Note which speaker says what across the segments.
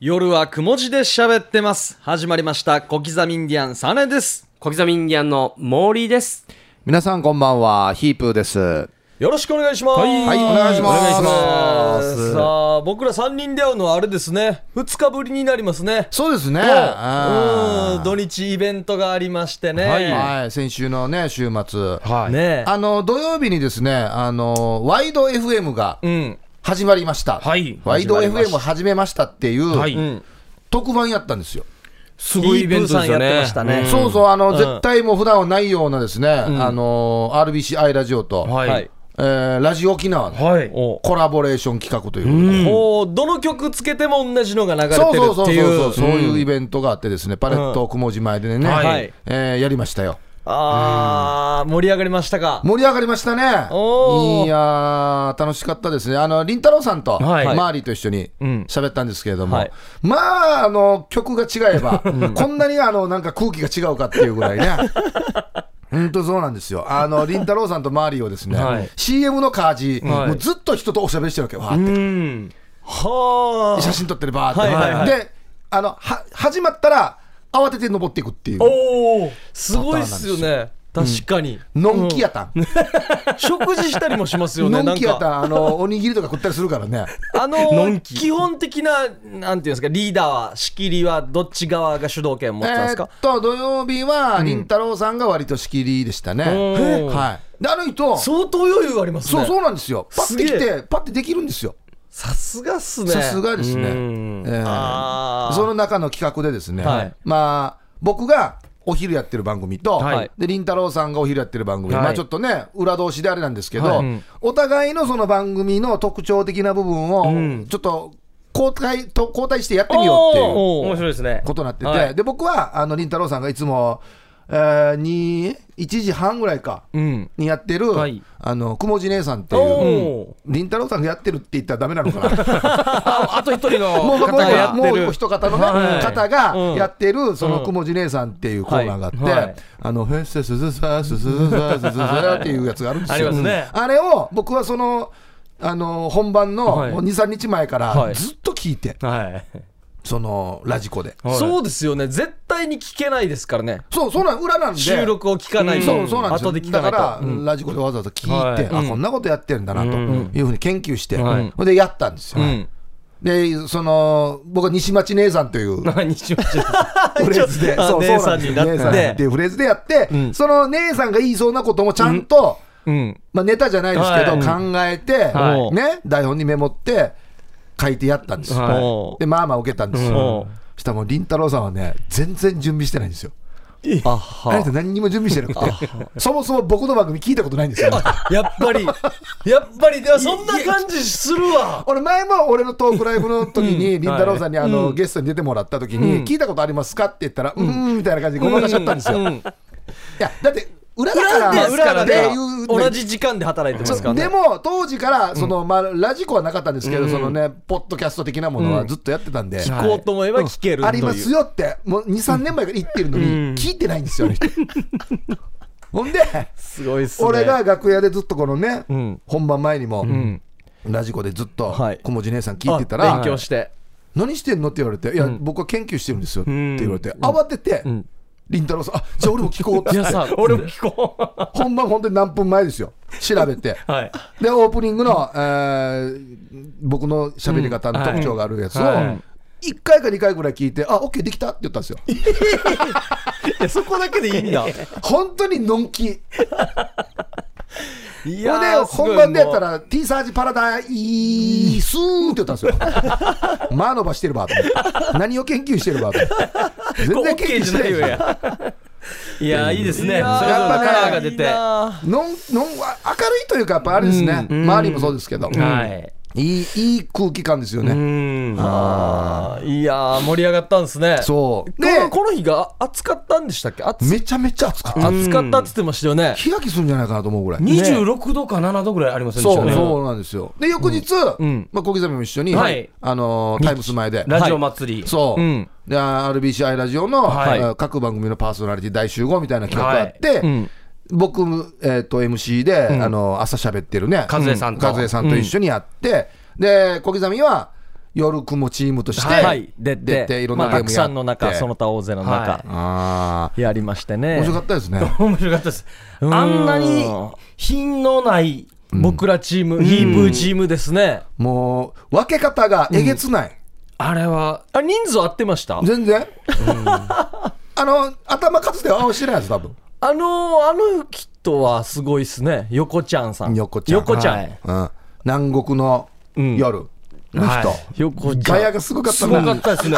Speaker 1: 夜はくも字で喋ってます。始まりました。小刻みインディアンサネです。
Speaker 2: 小刻みインディアンの毛利です。
Speaker 3: 皆さんこんばんは、ヒープーです。は、
Speaker 1: よろしくお願いします。
Speaker 2: はいはい
Speaker 3: お願いします。
Speaker 1: さあ、僕ら3人で会うのはあれですね。2日ぶりになりますね。
Speaker 3: そうですね。うん
Speaker 1: うん、土日イベントがありましてね。
Speaker 2: は
Speaker 3: はい、先週のね、週末。
Speaker 2: はい。
Speaker 1: ね
Speaker 3: あの、土曜日にですね、あの、ワイド FM が
Speaker 1: え。うん。
Speaker 3: 始まりました。
Speaker 2: はい
Speaker 3: ワイド
Speaker 2: 始まりまし
Speaker 3: FM
Speaker 2: た
Speaker 3: 始めましたっていう、
Speaker 2: はい
Speaker 1: うん。
Speaker 3: 特番やったんですよ。
Speaker 2: すごいイベントです
Speaker 1: イ
Speaker 2: よ
Speaker 1: ープーさんやって
Speaker 2: ね
Speaker 1: まし。たねうん
Speaker 3: そうそう、あの、
Speaker 1: うん
Speaker 3: 絶対もう普段はないようなですね、あの、RBCI ラジオと、
Speaker 2: は
Speaker 1: はいい。。
Speaker 3: えーラジオ沖縄の
Speaker 2: はい。
Speaker 1: お
Speaker 3: コラボレーション企画ということで。
Speaker 1: もう、どの曲つけても同じのが流れてる
Speaker 3: そうそうそ
Speaker 1: っ
Speaker 3: う
Speaker 1: てい
Speaker 3: そうそう、
Speaker 1: う。
Speaker 3: そういうイベントがあってですね、パレット雲島前でね、
Speaker 1: はい
Speaker 3: えーやりましたよ。
Speaker 1: あー、盛り上がりましたか。
Speaker 3: 盛り上がりましたね。
Speaker 1: おー
Speaker 3: いやー、楽しかったですね。あの、りんたろうさんと、
Speaker 2: はい
Speaker 3: マーリーと一緒に
Speaker 1: ん
Speaker 3: 喋ったんですけれども、
Speaker 1: はい
Speaker 3: まあ、あの、曲が違えば、 こんなにあの、なんか空気が違うかっていうぐらいね。本当そうなんですよ。あの、りんたろうさんとマーリーをですね、
Speaker 2: はい
Speaker 3: CM のカージ、
Speaker 2: はい
Speaker 3: もうずっと人とおしゃべりしてるわけよ。わーって
Speaker 2: うん。
Speaker 1: は
Speaker 3: 写
Speaker 1: ー。
Speaker 3: 真撮ってるばーって、
Speaker 1: はいはいはい
Speaker 3: で、あの、は、始まったら、慌てて登っていくっていう。
Speaker 1: おー。すごいっすよね。確かに。
Speaker 3: のんきやたん。
Speaker 1: 食事したりもしますよね。
Speaker 3: の
Speaker 1: なんん
Speaker 3: きやた
Speaker 1: か、
Speaker 3: ん、あの、おにぎりとか食ったりするからね。
Speaker 1: あ
Speaker 2: の
Speaker 1: の、
Speaker 2: んき
Speaker 1: 基本的な、なんていうんですか、リーダーは、仕切りは、どっち側が主導権を 持ってたんです
Speaker 3: え
Speaker 1: か
Speaker 3: ーっと土曜日はりんたろーさんが割と仕切りでしたね、
Speaker 2: ー
Speaker 3: はい、であの人そう
Speaker 1: 相当余裕あります
Speaker 3: そう
Speaker 1: ね。
Speaker 3: なんですよパッて来
Speaker 1: すげ
Speaker 3: てパッてできるんですよ
Speaker 1: さすがっすね。
Speaker 3: さすがですね、
Speaker 2: うん
Speaker 3: えー
Speaker 1: あー
Speaker 3: その中の企画でですね、
Speaker 1: はい
Speaker 3: まあ僕がお昼やってる番組と、
Speaker 2: はい
Speaker 3: でりんたろーさんがお昼やってる番組、
Speaker 2: はい
Speaker 3: まあちょっとね裏通しであれなんですけど、
Speaker 2: はい
Speaker 1: うん
Speaker 3: お互いのその番組の特徴的な部分
Speaker 2: うん
Speaker 3: をちょっと交代と交代してやってみようっていう
Speaker 1: おー
Speaker 2: 面白いですね。
Speaker 3: ことになってて、
Speaker 2: はい
Speaker 3: で僕はあのりんたろーさんがいつも、えー、に1時半ぐらいか
Speaker 1: うん。
Speaker 3: にやってる、
Speaker 2: はい
Speaker 3: あのくもじ姉さんっていう。
Speaker 2: おー
Speaker 3: りんたろーさんがやってるって言ったらダメなのかな
Speaker 2: ああと一人の
Speaker 3: もうもう
Speaker 2: 方がやって
Speaker 3: も
Speaker 2: る
Speaker 3: う。一方のね、
Speaker 2: はい
Speaker 3: 方が
Speaker 1: うん
Speaker 3: やってるそのくもじ姉さんっていうコーナーがあって、
Speaker 2: はいはい
Speaker 3: あの「フェススススサスススサススサ」っていうやつがあるんですよ
Speaker 2: ありますね
Speaker 3: あれを僕はそのあの本番の
Speaker 2: はい
Speaker 3: 23日前か
Speaker 2: は
Speaker 3: ら
Speaker 2: い
Speaker 3: ずっと聞いて、
Speaker 2: はい。
Speaker 3: そのラジコで、
Speaker 2: そう
Speaker 1: そうですよね。絶対に聞けないですからね。
Speaker 3: そうそうなん裏なんで
Speaker 1: 収録を聞かない
Speaker 3: そうそうなんです
Speaker 1: 後
Speaker 3: よ
Speaker 1: で聞か
Speaker 3: だ
Speaker 1: ないと。
Speaker 3: から、
Speaker 1: うん
Speaker 3: ラジコでわざわざ聞いて、
Speaker 1: はい
Speaker 3: あこんなことやってるんだなと
Speaker 2: うん
Speaker 3: いうふうに研究して、
Speaker 2: はい
Speaker 3: ほんでやったんですよ、
Speaker 1: うん
Speaker 3: でその僕は西町姉さんというフ
Speaker 2: 何しましょう。
Speaker 3: レーズで
Speaker 1: あ
Speaker 3: そう
Speaker 1: 姉
Speaker 3: そう
Speaker 1: さ
Speaker 3: なんんです
Speaker 1: にな
Speaker 3: よ
Speaker 1: って
Speaker 3: 姉さんっていうフレーズでやって、
Speaker 1: うん
Speaker 3: その姉さんが言いそうなこともちゃんと、
Speaker 1: うん。
Speaker 3: まあ、ネタじゃないですけど、考えて、
Speaker 2: はい
Speaker 3: ね、台本にメモって書いてやったんですよ、
Speaker 2: はい
Speaker 1: おー
Speaker 3: でまあまあ受けたんですよ、
Speaker 1: うん
Speaker 3: そしたらもうりんたろーさんはね全然準備してないんですよ
Speaker 1: あ
Speaker 3: あな
Speaker 1: は
Speaker 3: た何にも準備してな くて、そもそも僕の番組聞いたことないんですよ。
Speaker 1: やっぱり、やっぱり、ではそんな感じするわ。
Speaker 3: 俺前も俺のトークライブの時に、りんたろーさんにあのゲストに出てもらった時に、聞いたことありますかって言ったら、うーんみたいな感じでごまかしちゃったんですよ。
Speaker 1: う
Speaker 3: い
Speaker 1: ん
Speaker 3: や、だって、裏だから、
Speaker 1: まあ裏
Speaker 2: だ
Speaker 1: だ
Speaker 2: か
Speaker 1: で
Speaker 2: ら
Speaker 3: っていう
Speaker 1: 同じ時間で働いてま
Speaker 3: そ
Speaker 1: すから
Speaker 3: う
Speaker 1: ね
Speaker 3: でも当時からその、まあ、ラジコはなかったんですけど、そのねポッドキャスト的なものはずっとやってたんで、
Speaker 1: 聞こうと思えば聞けるという
Speaker 3: ありますよってもう23年前から言ってるのに、聞いてないんですよね ほんです
Speaker 1: ごいっすね
Speaker 3: 俺が楽屋でずっとこのね、
Speaker 1: ん
Speaker 3: 本番前にも、
Speaker 1: ん
Speaker 3: ラジコでずっと
Speaker 1: はい
Speaker 3: 小文字姉さん聞いてたら、
Speaker 1: あ勉強して
Speaker 3: 何してんのって言われて、いや、僕は研究してるんですよって言われて、慌てて、りんたろーさん、あじゃあ俺も聞こうって
Speaker 2: いや
Speaker 3: 言って、
Speaker 2: さ、俺も聞こう。
Speaker 3: 本番、本当に何分前ですよ、調べて、
Speaker 2: はい。
Speaker 3: で、オープニングの、えー僕の喋り方の特徴があるやつを、
Speaker 2: うんはい
Speaker 3: 1回か2回ぐらい聞いて、あオッケーできたって言ったんですよ。
Speaker 1: いやそこだけでいいんだ
Speaker 3: 本当にのんき。
Speaker 1: い
Speaker 3: それで、本番でやったら、T サージパラダイスーって言ったんですよ。間伸ばしてるばと思って。何を研究してるばと思って。全然研究してないですよ。
Speaker 2: いや、いいですね。それぞれの
Speaker 1: や
Speaker 3: ー
Speaker 2: カラーが出て。は
Speaker 1: は
Speaker 3: のんのん明るいというか、やっぱあれですね、周りもそうですけど、
Speaker 2: い。
Speaker 3: いい、いい空気感ですよね。
Speaker 2: うん。
Speaker 1: いやー盛り上がったんですね
Speaker 3: そう
Speaker 1: で
Speaker 3: で
Speaker 1: この日が暑かったんでしたっけ暑
Speaker 3: めちゃめちゃ暑かった、
Speaker 1: 暑かったって言ってましたよね
Speaker 3: 日焼けするんじゃないかなと思うぐらい。
Speaker 2: 26度か7度ぐらいありませんでし
Speaker 3: そ
Speaker 2: た
Speaker 3: う
Speaker 2: ね。
Speaker 3: そうなんですよ。で、翌日、
Speaker 1: ん
Speaker 3: まあ、小刻みも一緒に、
Speaker 2: はい
Speaker 3: あのータイムス前で、
Speaker 2: ラジオ祭り。
Speaker 3: そう、
Speaker 1: うん
Speaker 3: で、RBCI ラジオの、
Speaker 2: はい
Speaker 3: あ各番組のパーソナリティ大集合みたいな企画があって、
Speaker 1: ん
Speaker 3: 僕、えー、と MC で、あの朝喋ってるね、
Speaker 2: 和江さんと
Speaker 3: 和江さんと一緒にやって、で小刻みは夜雲チームとして、
Speaker 1: はい、
Speaker 3: 出
Speaker 1: 出
Speaker 3: て
Speaker 1: て
Speaker 3: いろんなゲ
Speaker 1: まあ、た
Speaker 3: ームやって
Speaker 1: くさんの中その他大勢の中、
Speaker 2: は
Speaker 3: あ
Speaker 1: やりまして
Speaker 3: あ
Speaker 1: ね
Speaker 3: 面白かったですね
Speaker 2: 面白かったです。あ
Speaker 1: ん
Speaker 2: んなに品のない、
Speaker 1: 僕らチーム、ヒープーチームですね
Speaker 3: もう分け方がえげつない、
Speaker 1: あれはあ人数合ってました
Speaker 3: 全然、あの頭数では合してないです多分
Speaker 1: あのあの人はすごいっすね横ちゃんさん
Speaker 3: 横ちゃん
Speaker 1: 横ちゃん、
Speaker 2: はい
Speaker 3: うん、南国の夜の人、
Speaker 2: はい
Speaker 1: 横ちゃ
Speaker 3: ガ
Speaker 1: ん
Speaker 3: ヤがすごかっ
Speaker 2: す
Speaker 3: た
Speaker 2: ご
Speaker 3: な
Speaker 2: かったですね。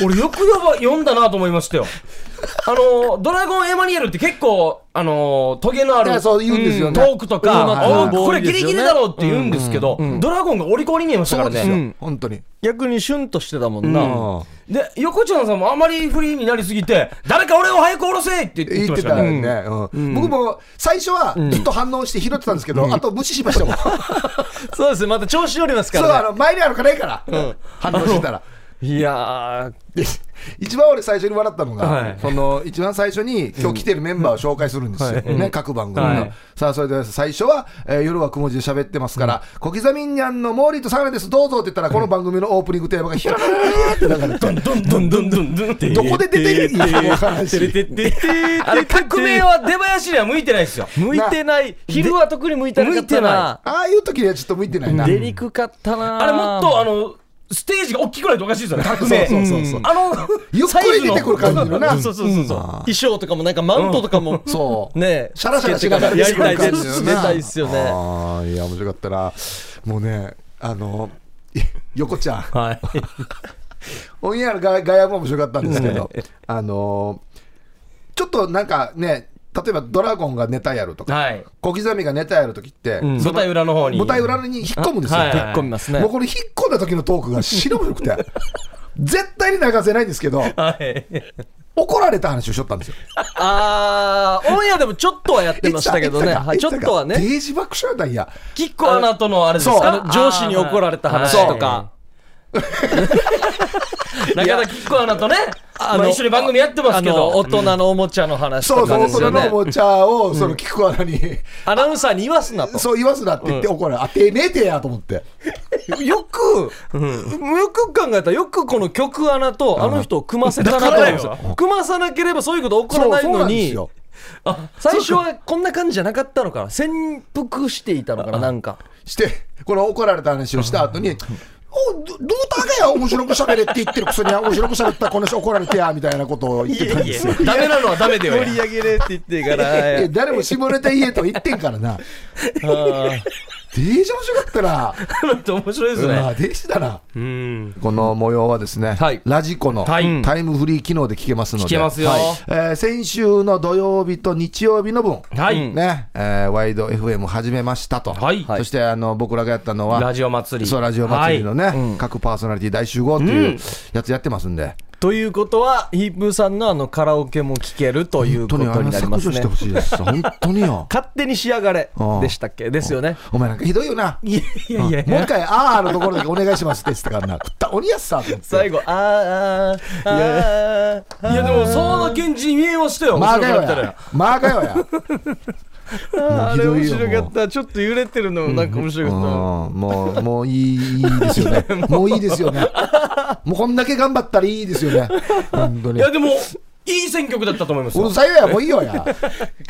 Speaker 2: うん俺よく呼ば読んだなと思いました よ。あの、ドラゴンエマニュエルって結構、あの、トゲのあ
Speaker 3: い
Speaker 2: る
Speaker 3: やそう言うんですよね
Speaker 2: トークと
Speaker 1: うん
Speaker 2: か、
Speaker 1: はい
Speaker 2: おこれギリギリだろうって言うんですけど、ドラゴンがお利口に見えましたか
Speaker 3: そ
Speaker 2: ら
Speaker 3: うですよ、
Speaker 2: ね。
Speaker 3: 本当に、
Speaker 1: 逆にシュンとしてたもんな、
Speaker 3: うん
Speaker 2: で、横ちゃんさんもあまりフリーになりすぎて、誰か俺を早く降ろせって言
Speaker 3: 言
Speaker 2: って
Speaker 3: っ
Speaker 2: ま
Speaker 3: て
Speaker 2: した
Speaker 3: た
Speaker 2: から
Speaker 3: よ
Speaker 2: ね。
Speaker 3: ね、うん僕も最初はずっと反応して拾ってたんですけど、あと無視しましたもん
Speaker 1: そうですねまた調子乗りますか
Speaker 3: そうあ
Speaker 1: らね
Speaker 3: の前にあるからええから、反応してたら。
Speaker 1: いや
Speaker 3: で一番俺最初に笑ったのが、
Speaker 2: はい
Speaker 3: その一番最初に今日来てるメンバーを紹介するんですよ、ね、各番組の、
Speaker 2: はい
Speaker 3: さあそれで最初は、えー夜はくも字で喋ってますから、小刻みにゃんのモーリーとサガネですどうぞって言ったらこの番組のオープニングテーマがヒューって流れて
Speaker 2: ドンドンドンドンドンドンって。
Speaker 3: どこで出てるっていう話
Speaker 2: あれ、革命は出囃子には向いてないですよ。
Speaker 1: 向いてない昼は特に向いてなかったな
Speaker 3: ああいう時にはちょっと向いてないな
Speaker 1: 出にくかったな
Speaker 2: あれもっとあのステージが大きくないとおかしいですよね、革命。
Speaker 3: そうそうそうそう
Speaker 2: あの、
Speaker 3: ゆっくり出てくる感じのな
Speaker 2: そうそうそうそう。
Speaker 1: 衣装とかもなんかマントとかも、
Speaker 3: そう
Speaker 1: ねえ
Speaker 3: シャラシャラしながら
Speaker 1: やりたい
Speaker 3: 出て
Speaker 1: で
Speaker 3: くる感じ
Speaker 1: す
Speaker 3: の
Speaker 1: 出
Speaker 3: な
Speaker 1: たいっすよね
Speaker 3: ああいや面白かったなもうねあの 横ちゃん
Speaker 2: はい。
Speaker 3: オンエアのガガヤも面白かったんですけど、 あのーちょっとなんかね、例えばドラゴンがネタやるとか、
Speaker 2: はい。
Speaker 3: 小刻みがネタやるときって、
Speaker 2: ん
Speaker 3: その
Speaker 2: 舞台裏の方に
Speaker 3: 舞台裏に引っ込むんですよ。
Speaker 2: あはい
Speaker 1: 引っ込みますね
Speaker 3: もうこれ引っ込んだ時のトークが白くて、 絶対に流せないんですけど、
Speaker 2: はい。
Speaker 3: 怒られた話をしよったんですよ。
Speaker 1: あーオンエアでもちょっとはやってましたけどね
Speaker 3: いつだ
Speaker 1: はいちょっとはい
Speaker 3: つだ
Speaker 1: ね
Speaker 3: デージ爆笑やったんや。
Speaker 2: キッコアナとのあれです
Speaker 3: そう
Speaker 2: か
Speaker 1: あの上司に怒られた話と。か
Speaker 2: はい中田キッコアナとね、あの、一緒に番組やってます
Speaker 1: あ
Speaker 2: け
Speaker 1: の
Speaker 2: ど。
Speaker 1: 大人のおもちゃの話
Speaker 3: そ
Speaker 1: と
Speaker 3: うそ
Speaker 1: か
Speaker 3: う、
Speaker 1: で
Speaker 3: 大
Speaker 1: す
Speaker 3: 人
Speaker 1: よ
Speaker 3: の
Speaker 1: ね
Speaker 3: おもちゃを、その聞く穴に、
Speaker 1: アナウンサーに言わすなと
Speaker 3: そう言わすなって言って怒られ、あ、てめえてやと思って。
Speaker 1: よく、よく考えたらよくこの曲穴とあの人を組ませたなと
Speaker 2: だか
Speaker 1: 思
Speaker 2: ら
Speaker 1: うん
Speaker 2: よ
Speaker 1: ですよ組まさなければそういうこと起こらない
Speaker 3: そうそう
Speaker 1: の
Speaker 3: んです
Speaker 1: に
Speaker 3: よ。
Speaker 1: 最初はこんな感じじゃなかったのかな潜伏していたのかななんか
Speaker 3: して、この怒られた話をした後に、おどどうたがや面白く喋れって言ってるくせに面白く喋ったらこの人怒られてやみたいなことを言ってたんですよ。
Speaker 2: ダメなのはダメだよ。
Speaker 1: 上げれって言ってか
Speaker 3: いや
Speaker 1: ら
Speaker 3: 誰も下ネタ言えとは言ってんからな。デージ面白かったな。
Speaker 2: なんて面白いです
Speaker 3: う
Speaker 2: ね。
Speaker 3: わデージだな。
Speaker 2: うん。
Speaker 3: この模様はですね、
Speaker 1: はい
Speaker 3: ラジコのタ
Speaker 2: は
Speaker 3: イ
Speaker 2: い
Speaker 3: ムフリー機能で聞けますので、
Speaker 2: 聞けますよ
Speaker 3: はいえー先週の土曜日と日曜日の分、
Speaker 2: はい。
Speaker 3: ねえーワイド FM 始めましたと、
Speaker 2: はい
Speaker 3: そしてあの僕らがやったのは、
Speaker 2: ラジオ祭り。
Speaker 3: そう、ラジオ祭りの
Speaker 2: はい。
Speaker 3: ね、各パーソナリティ大集合っていうやつやってますんで、
Speaker 1: ということはヒープーさんのあのカラオケも聴けるということ
Speaker 3: 本当にあ
Speaker 1: に
Speaker 3: れ
Speaker 1: なり
Speaker 3: 削
Speaker 1: ます
Speaker 3: 除し
Speaker 1: ね
Speaker 3: てほしいです。本当によ。
Speaker 1: 勝手に仕上がれでしたっけですよね
Speaker 3: お前なんかひどいよな。
Speaker 2: いやいやい
Speaker 3: もう
Speaker 2: や。
Speaker 3: 一回、あーのところだけお願いしますって言ってたからな。食った鬼やっさと思って。
Speaker 1: 最後あーあーあーあー
Speaker 2: いやでも、沢田健二に見えましたよ。
Speaker 3: マー
Speaker 2: 面
Speaker 3: カ
Speaker 2: 白
Speaker 3: ヨ
Speaker 2: かったら
Speaker 3: や。マーカヨや。
Speaker 1: あ
Speaker 3: も
Speaker 1: れ
Speaker 3: う
Speaker 1: 面
Speaker 3: ひどい
Speaker 1: 白
Speaker 3: よ
Speaker 1: かったちょっと揺れてるのなんか面白かった、
Speaker 3: もううんもう、もういいいいですよね。 もういいですよね。もうこんだけ頑張ったらいいですよね。本当
Speaker 2: い
Speaker 3: に
Speaker 2: や。でも、いい選曲だったと思います
Speaker 3: う
Speaker 2: よ
Speaker 3: る。さいよや、もういいよや。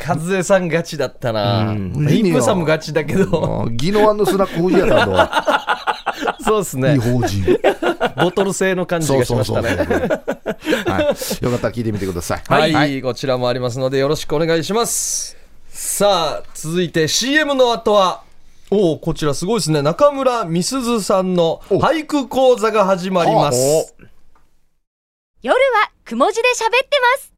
Speaker 1: 和江さんガチだったな。
Speaker 3: ん
Speaker 1: リップさんもガチだけど、
Speaker 3: もうギノワンのスナック法人やったんだ
Speaker 1: そうです
Speaker 3: いい
Speaker 1: ね。
Speaker 3: 法人。
Speaker 1: ボトル製の感じがしましたね。
Speaker 3: はい。よかったら聞いてみてください。
Speaker 1: はい、こちらもありますのでよろしくお願いします。さあ、続いて CM の後は、おお、こちらすごいですね。中村美鈴さんの俳句講座が始まります。
Speaker 4: 夜はくも字で喋ってます。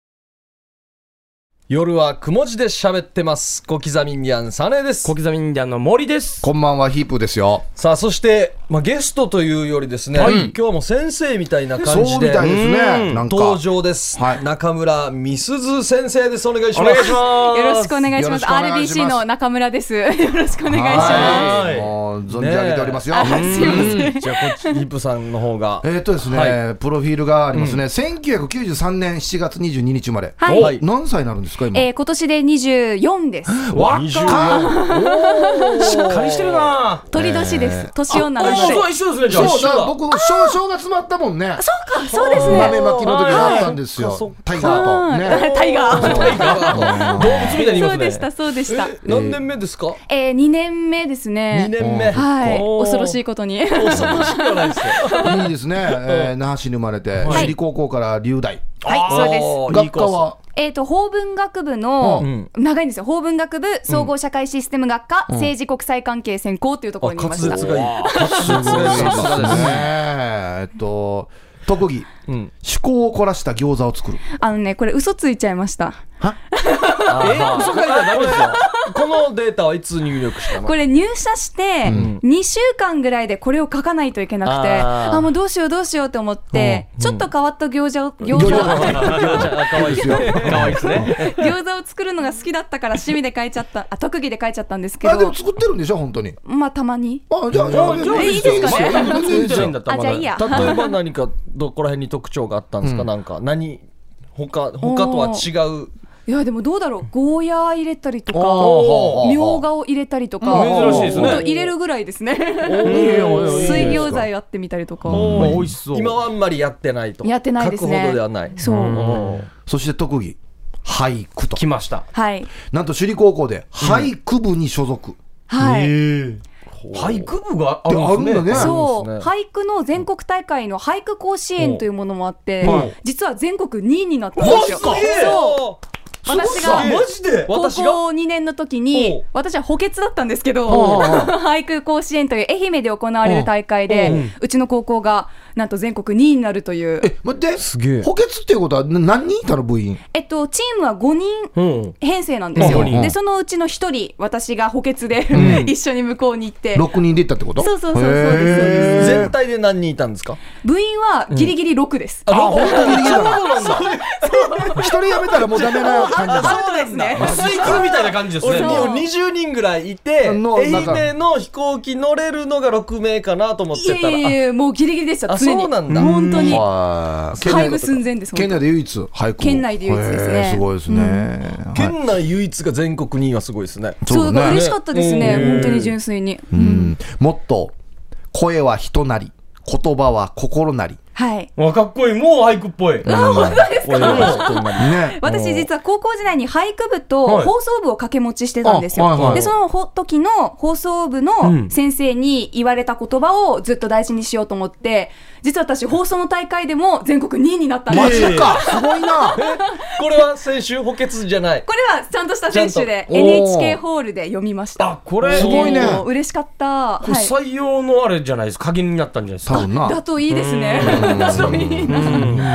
Speaker 1: 夜はくも字で喋ってます。小刻みにゃんサネです
Speaker 2: 小。刻みインディアンの森です。
Speaker 3: こんばんは、ヒープーですよ。
Speaker 1: さあ、そして、まあ、ゲストというよりですね、今日はもう先生みたいな
Speaker 3: そ
Speaker 1: 感じ
Speaker 3: うみ
Speaker 1: で
Speaker 3: たいですね。なんか。
Speaker 1: 登場です。
Speaker 3: はい
Speaker 1: 中村美鈴先生です。お願いし
Speaker 2: お
Speaker 1: ます。
Speaker 2: 願いしま
Speaker 5: よろしくお願いします。
Speaker 3: よろしくお願いし
Speaker 5: RBC
Speaker 3: ます
Speaker 5: の中村です。 よろしくお願いしま
Speaker 3: は。
Speaker 2: はいい
Speaker 3: もう存じ上げておりますよ。うん
Speaker 5: す。すいません。
Speaker 1: うんじゃあこっちリップさんの方が
Speaker 3: えっとですね、
Speaker 1: は
Speaker 3: プロフィールがありますね、1993年7月22日生まれ、
Speaker 5: はい
Speaker 1: い
Speaker 3: 何歳になるんですですか今
Speaker 5: えー今年で24です。
Speaker 2: 若っしっかりしてるな
Speaker 5: 鳥年で
Speaker 3: え
Speaker 5: す。年女なので。
Speaker 2: 一緒一緒ですねじゃ
Speaker 3: そ
Speaker 2: あ
Speaker 3: う
Speaker 2: 一緒
Speaker 3: だ
Speaker 2: だ
Speaker 3: 僕少々が詰まったもんね
Speaker 5: そうですね。
Speaker 3: 豆まきの時があったんです
Speaker 1: はいそっ
Speaker 3: よ
Speaker 1: か
Speaker 3: タイガ
Speaker 5: は
Speaker 3: ーとね
Speaker 5: い。タイガ
Speaker 2: 動
Speaker 5: ー。
Speaker 2: 物みたいに言い
Speaker 5: そ
Speaker 2: ますね
Speaker 5: うでした、そうでした。
Speaker 1: 何年目ですか
Speaker 5: えー、2年目ですね。
Speaker 1: 二年目
Speaker 5: はい。
Speaker 2: おー
Speaker 5: 恐ろしいことに。
Speaker 1: 恐ろしくはないですよ
Speaker 3: いいですね、えー那覇市に生まれて、
Speaker 5: い
Speaker 3: 首里高校から龍大
Speaker 5: はい、そうです。
Speaker 1: おーいい
Speaker 3: 学
Speaker 1: コ
Speaker 3: 科
Speaker 1: ース
Speaker 3: は
Speaker 5: えっ、と、法文学部の、
Speaker 1: うん
Speaker 5: 長いんですよ。法文学部総合社会システム学科、政治国際関係専攻というところにいました。
Speaker 1: がいい
Speaker 3: すごい
Speaker 1: さすがですね
Speaker 3: えっと特技
Speaker 1: うん
Speaker 3: 趣向を凝らした餃子を作る
Speaker 5: あのね、これ嘘ついちゃいました。
Speaker 1: え嘘書いたらダメですよこのデータはいつ入力したの
Speaker 5: これ入社して、2週間ぐらいでこれを書かないといけなくて、
Speaker 1: あー
Speaker 5: あもうどうしようどうしようと思って、ちょっと変わった餃子を、餃
Speaker 3: 餃
Speaker 5: 子
Speaker 3: 子
Speaker 5: を、
Speaker 1: かわいいですよかわいいですね
Speaker 5: 餃子を作るのが好きだったから趣味で書いちゃった、あ、特技で書いちゃったんですけ
Speaker 3: あでも
Speaker 5: ど、
Speaker 3: 作ってるんでしょ本当に
Speaker 5: まあたまに。
Speaker 3: あじゃあじゃあ
Speaker 2: じゃあ
Speaker 5: いいですかね
Speaker 3: 全然いいですよ
Speaker 5: あ、じゃあいいや。
Speaker 1: 例えば何かどこら辺に特徴があったんですか、なんか何他他とは違う
Speaker 5: いやでもどうだろうゴーヤー入れたりとか
Speaker 3: おー
Speaker 5: みょうがを入れたりとか
Speaker 2: 珍しいですね
Speaker 5: ほんと入れるぐらいですね
Speaker 2: ー
Speaker 5: 水餃子やってみたりとか
Speaker 2: おー美味しそう
Speaker 1: 今はあんまりやってないと
Speaker 5: やってないですね
Speaker 1: 書くほどではない
Speaker 5: そう
Speaker 1: うん
Speaker 3: そして特技俳句と
Speaker 2: 来ました
Speaker 5: はい
Speaker 3: なんと首里高校で俳句部に所属、
Speaker 5: はい
Speaker 2: 俳句部があ
Speaker 3: で
Speaker 2: る
Speaker 3: あるん
Speaker 2: んです
Speaker 3: だ
Speaker 2: ね
Speaker 3: ね
Speaker 5: そう
Speaker 1: あるんです
Speaker 5: 俳句の全国大会の俳句甲子園というものもあって
Speaker 2: はい
Speaker 5: 実は全国2位になったん
Speaker 2: マ
Speaker 5: です
Speaker 2: ジ
Speaker 5: よ
Speaker 2: か
Speaker 5: そう
Speaker 3: ごい
Speaker 5: 私が
Speaker 2: えマジで
Speaker 5: 高
Speaker 1: 私が
Speaker 5: 校2年の時
Speaker 1: おう
Speaker 5: に私は補欠だったんですけど俳句甲子園という愛媛で行われる大会
Speaker 2: おうお
Speaker 5: でうちの高校がなんと全国2位になるという
Speaker 3: え待って
Speaker 1: すげえ
Speaker 3: 補欠っていうことはな何人いたの部員
Speaker 5: えっと、チームは5
Speaker 2: う
Speaker 5: 人
Speaker 2: ん
Speaker 5: 編成なんです
Speaker 3: う
Speaker 5: よ。
Speaker 3: んうんうん
Speaker 5: で、そのうちの1人、私が補欠で、 一緒に向こうに行って、
Speaker 3: 6人で行ったってこと
Speaker 5: そうそうそうそうです
Speaker 3: へー
Speaker 1: 全体で何人いたんですか
Speaker 5: 部員はギリギリ6です。
Speaker 1: あ本当に
Speaker 3: そうなんだ。一人辞めたらもうダメな感じだ。
Speaker 5: そうですね。
Speaker 2: 水球みたいな感じです
Speaker 1: 俺
Speaker 2: ね
Speaker 5: そう
Speaker 1: もう20人ぐらいいて
Speaker 3: の
Speaker 1: 愛
Speaker 3: 中
Speaker 1: 媛の飛行機乗れるのが6名かなと思っ
Speaker 5: いや
Speaker 1: て
Speaker 5: い
Speaker 1: た
Speaker 5: や
Speaker 1: ら
Speaker 5: いや、もうギリギリでした、
Speaker 1: あ
Speaker 5: 常に。
Speaker 1: そうなんだ
Speaker 5: 本当に。
Speaker 3: はい県
Speaker 5: 廃
Speaker 3: 内
Speaker 5: 部
Speaker 3: で
Speaker 5: 寸前です、
Speaker 3: 県
Speaker 5: 本当
Speaker 3: 内で唯一俳句を。
Speaker 5: 県内で唯一ですね
Speaker 3: へーすごいですね。はい
Speaker 1: 県内唯一が全国2位はすごいですね
Speaker 5: そう、だから
Speaker 3: ね
Speaker 5: 嬉しかったですね、本当に純粋に。
Speaker 3: うんもっと声は人なり、言葉は心なり。
Speaker 5: はい。
Speaker 2: わかっこいいもう俳句っぽい
Speaker 1: 俺はちょっと今
Speaker 3: ね。
Speaker 5: 私実は高校時代に俳句部と
Speaker 2: はい
Speaker 5: 放送部を掛け持ちしてたんですよ、
Speaker 3: あはいはい
Speaker 5: でそのほ時の放送部の先生に言われた言葉をずっと大事にしようと思って実は私放送の大会でも全国2位になったん
Speaker 3: マ
Speaker 5: です、
Speaker 3: ジか、すごいな。
Speaker 1: これは先週補欠じゃない
Speaker 5: これはちゃんとした選手で
Speaker 3: ちゃんとおー
Speaker 5: NHK ホールで読みました
Speaker 2: あこれ
Speaker 3: すごいね
Speaker 5: もう嬉しかった、
Speaker 2: これ
Speaker 5: はい、
Speaker 2: 採用のあれじゃないですか加減になったんじゃないです
Speaker 3: 多
Speaker 2: か
Speaker 3: 分な。
Speaker 5: だといいですねそういいな、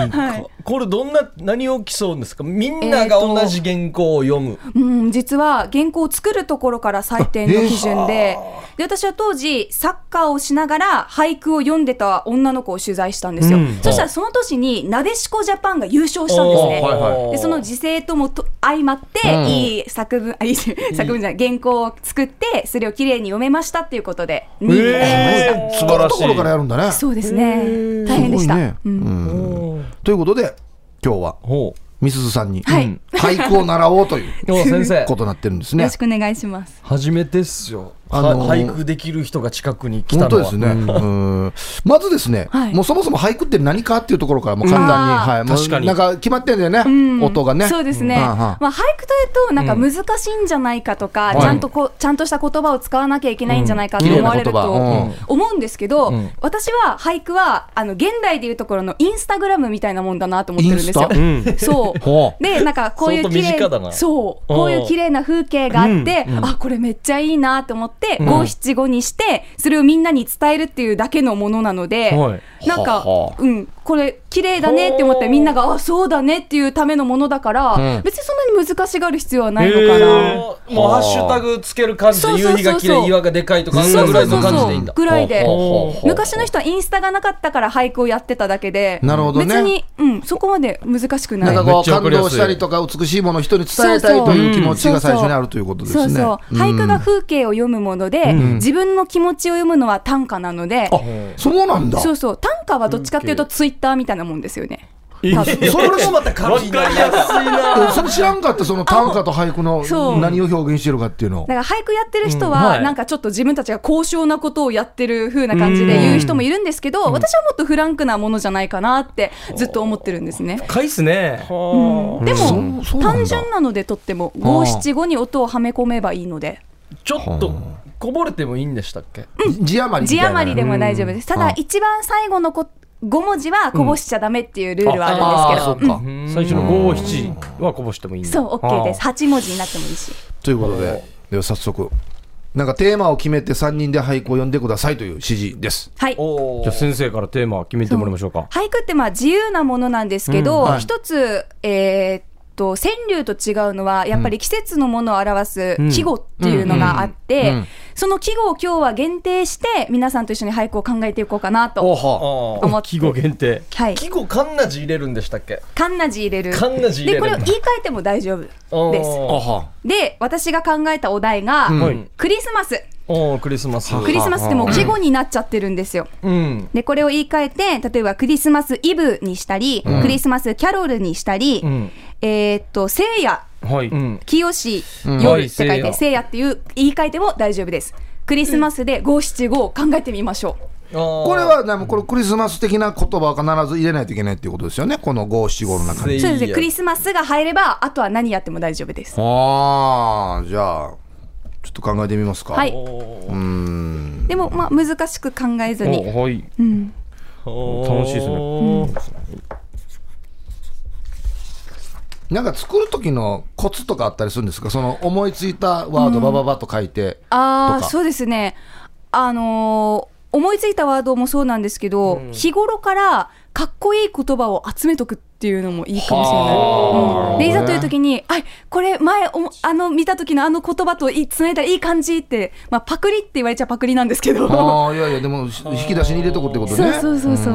Speaker 5: はい
Speaker 1: これどんな何を競うんですかみんなが同じ原稿を読む、
Speaker 5: うん、実は原稿を作るところから採点の基準で,、で私は当時サッカーをしながら俳句を読んでた女の子を取材したんですよ、
Speaker 2: うん
Speaker 5: そしたらその年になでしこジャパンが優勝したんですね、
Speaker 1: おーはいはい
Speaker 5: でその時勢ともと相まって、いい作文あいい作文じゃない原稿を作ってそれをきれいに読めましたっていうことで2位になりました、
Speaker 2: えー素晴ら
Speaker 3: と
Speaker 2: し
Speaker 3: ころから
Speaker 2: い
Speaker 3: やるんだね。す
Speaker 5: そうですね大変で
Speaker 3: ご
Speaker 5: し
Speaker 3: い
Speaker 5: た、
Speaker 3: ね。
Speaker 5: う
Speaker 3: うんんということで、今日は、
Speaker 1: ほ
Speaker 3: みすずさんに
Speaker 5: はい
Speaker 3: 俳句を習おうという
Speaker 1: うでも先生
Speaker 3: ことになってるんです
Speaker 5: よ
Speaker 3: ね
Speaker 5: ろし。くお願いします
Speaker 1: 初めてっすよ、
Speaker 3: あのー
Speaker 1: は俳句できる人が近くに来たの
Speaker 3: 本当
Speaker 1: は
Speaker 3: ですね、うんまずですね、
Speaker 5: はい
Speaker 3: もうそもそも俳句って何かっていうところからもう簡単に、
Speaker 5: うん
Speaker 3: はい、もう
Speaker 2: 確かに
Speaker 3: なんか決まってんだよね、音がね。
Speaker 5: そうですね、
Speaker 3: うん
Speaker 5: まあ、俳句というとなんか難しいんじゃないかとか、
Speaker 3: うん
Speaker 5: ちゃんとこうちゃんとした言葉を使わなきゃいけないんじゃないかと
Speaker 3: うん
Speaker 5: 思われる
Speaker 3: 綺麗な
Speaker 5: と
Speaker 3: 言葉
Speaker 5: 思うんですけど、
Speaker 1: うん
Speaker 5: 私は俳句はあの現代でいうところのインスタグラムみたいなもんだなと思ってるんですよ
Speaker 3: イ。
Speaker 5: そう
Speaker 3: ほう
Speaker 5: でなんかこういう綺
Speaker 1: 相当身近だ
Speaker 5: 麗
Speaker 1: な
Speaker 5: そうこういう綺麗な風景があって、あこれめっちゃいいなと思って五七五にしてそれをみんなに伝えるっていうだけのものなので、
Speaker 2: は
Speaker 5: なんか
Speaker 3: はは
Speaker 5: うんこれ綺麗だねって思ってみんながあそうだねっていうためのものだから、
Speaker 3: うん
Speaker 5: 別にそんなに難しがる必要はないの
Speaker 1: へ
Speaker 5: か
Speaker 1: ー
Speaker 5: な。
Speaker 1: もうハッシュタグつける感じで
Speaker 5: そうそうそうそう
Speaker 1: 夕日が綺麗岩がでかいとかあん
Speaker 5: そ
Speaker 1: な
Speaker 5: う
Speaker 1: ぐ
Speaker 5: そ
Speaker 1: らいう
Speaker 5: そ
Speaker 1: の
Speaker 5: う
Speaker 1: 感じ
Speaker 5: そ
Speaker 1: でいいん
Speaker 5: う
Speaker 1: だ
Speaker 5: ぐらいで
Speaker 3: ほうほうほう
Speaker 5: 昔の人はインスタがなかったから俳句をやってただけで
Speaker 3: なるほどね
Speaker 5: 別に、うん、そこまで難しくな
Speaker 3: ないんか
Speaker 2: め
Speaker 3: こ
Speaker 2: っ
Speaker 3: う
Speaker 2: ちゃわ
Speaker 3: 感
Speaker 2: かりやすい
Speaker 3: 動したりとか美しいものを人に伝えたいという気持ちが最初にあるということです
Speaker 5: そう
Speaker 3: ね。
Speaker 5: そう俳句が風景を読むもので、自分の気持ちを読むのは短歌なので、
Speaker 3: そうなんだ。
Speaker 5: そうそう短歌はどっちかっていうとツイッターみたいなもんですよね。多分
Speaker 3: それもまた
Speaker 1: わかりやすいな。
Speaker 3: それ知らんかった、その短歌と俳句の
Speaker 5: そう
Speaker 3: 何を表現してるかっていうのを。
Speaker 5: だから俳句やってる人
Speaker 2: うん
Speaker 5: は、
Speaker 2: はい
Speaker 5: なんかちょっと自分たちが高尚なことをやってる風な感じで言う人もいるんですけど、私はもっとフランクなものじゃないかなってずっと思ってるんですね。
Speaker 2: 深いっすね。
Speaker 5: うん、でも、
Speaker 3: そうそうなんだ
Speaker 5: 単純なのでとっても五七五に音をはめ込めばいいので
Speaker 1: ちょっとこぼれてもいいんでしたっけ？
Speaker 3: 字余りみ
Speaker 5: 字
Speaker 3: たいな。
Speaker 5: 余りでも大丈夫です。た
Speaker 3: あ
Speaker 5: だ一番最後のこ5文字はこぼしちゃダメっていうルールはあるんですけど、
Speaker 3: あー、そっか。
Speaker 2: 最初の五七はこぼしてもいいんだ
Speaker 5: そう OK です
Speaker 2: あ
Speaker 5: 8文字になってもいいし
Speaker 3: ということで、では早速、なんかテーマを決めて3人で俳句を読んでくださいという指示です。
Speaker 5: はい
Speaker 1: お
Speaker 2: ーじゃあ先生からテーマ決めてもらいましょうか。
Speaker 5: 俳句ってまあ自由なものなんですけ
Speaker 3: う
Speaker 5: ど、
Speaker 3: んはい
Speaker 5: 一つえーっと川柳と違うのはやっぱり季節のものを表す季語っていうのがあって、
Speaker 3: うんうん
Speaker 5: その季語を今日は限定して皆さんと一緒に俳句を考えていこうかなと
Speaker 3: は
Speaker 1: あ
Speaker 5: 思って
Speaker 2: 季語限定。
Speaker 5: は い
Speaker 1: 季語カンナジ入れるんでしたっけ？
Speaker 5: カンナジ入れる
Speaker 1: カンナジ入れ
Speaker 5: で
Speaker 1: る
Speaker 5: これを言い換えても大丈夫です
Speaker 1: おー
Speaker 3: あは
Speaker 5: で私が考えたお題が、
Speaker 3: ん
Speaker 1: はい
Speaker 5: クリスマス
Speaker 1: おークリスマス。
Speaker 5: クリスマスってもう季語になっちゃってるんですよ
Speaker 1: うん。
Speaker 5: でこれを言い換えて例えばクリスマスイブにしたり、クリスマスキャロルにしたり、
Speaker 1: ん
Speaker 5: えーっと聖夜
Speaker 2: はい。
Speaker 1: うん。
Speaker 5: 清し
Speaker 2: は
Speaker 5: 夜
Speaker 2: い
Speaker 5: って書いて聖夜っていう言い換えても大丈夫ですクリスマスで五七五を考えてみましょ
Speaker 3: こ
Speaker 1: こ
Speaker 3: れはでもこれクリスマス的な言葉を必ず入れないといけないっていうことですよね、この五七五の中
Speaker 5: う
Speaker 1: い
Speaker 3: に
Speaker 1: い。
Speaker 5: そうです
Speaker 1: い
Speaker 5: ね
Speaker 1: や
Speaker 5: クリスマスが入ればあとは何やっても大丈夫です
Speaker 3: ああ、じゃあ、ちょっと考えてみますか。
Speaker 5: はいう
Speaker 3: ーん
Speaker 5: でもまあ難しく考えずに
Speaker 2: おはい。
Speaker 5: うん
Speaker 2: 楽しいですね。
Speaker 3: なんか作る時のコツとかあったりするんですか、その思いついたワード、ばばばと書いて、
Speaker 5: あ
Speaker 3: と
Speaker 5: あ
Speaker 3: か
Speaker 5: そうですねあのー思いついたワードもそうなんですけど、日頃からかっこいい言葉を集めとくっていうのもいいかもしれない、うん、でいざという時に「あこれ前おあの見た時のあの言葉といつないだらいい感じ」って、まあ、パクリって言われちゃパクリなんですけど
Speaker 3: ああ、いやいや、でもし引き出しに入れとこってこと
Speaker 5: そう
Speaker 3: ね。
Speaker 5: そうそうそう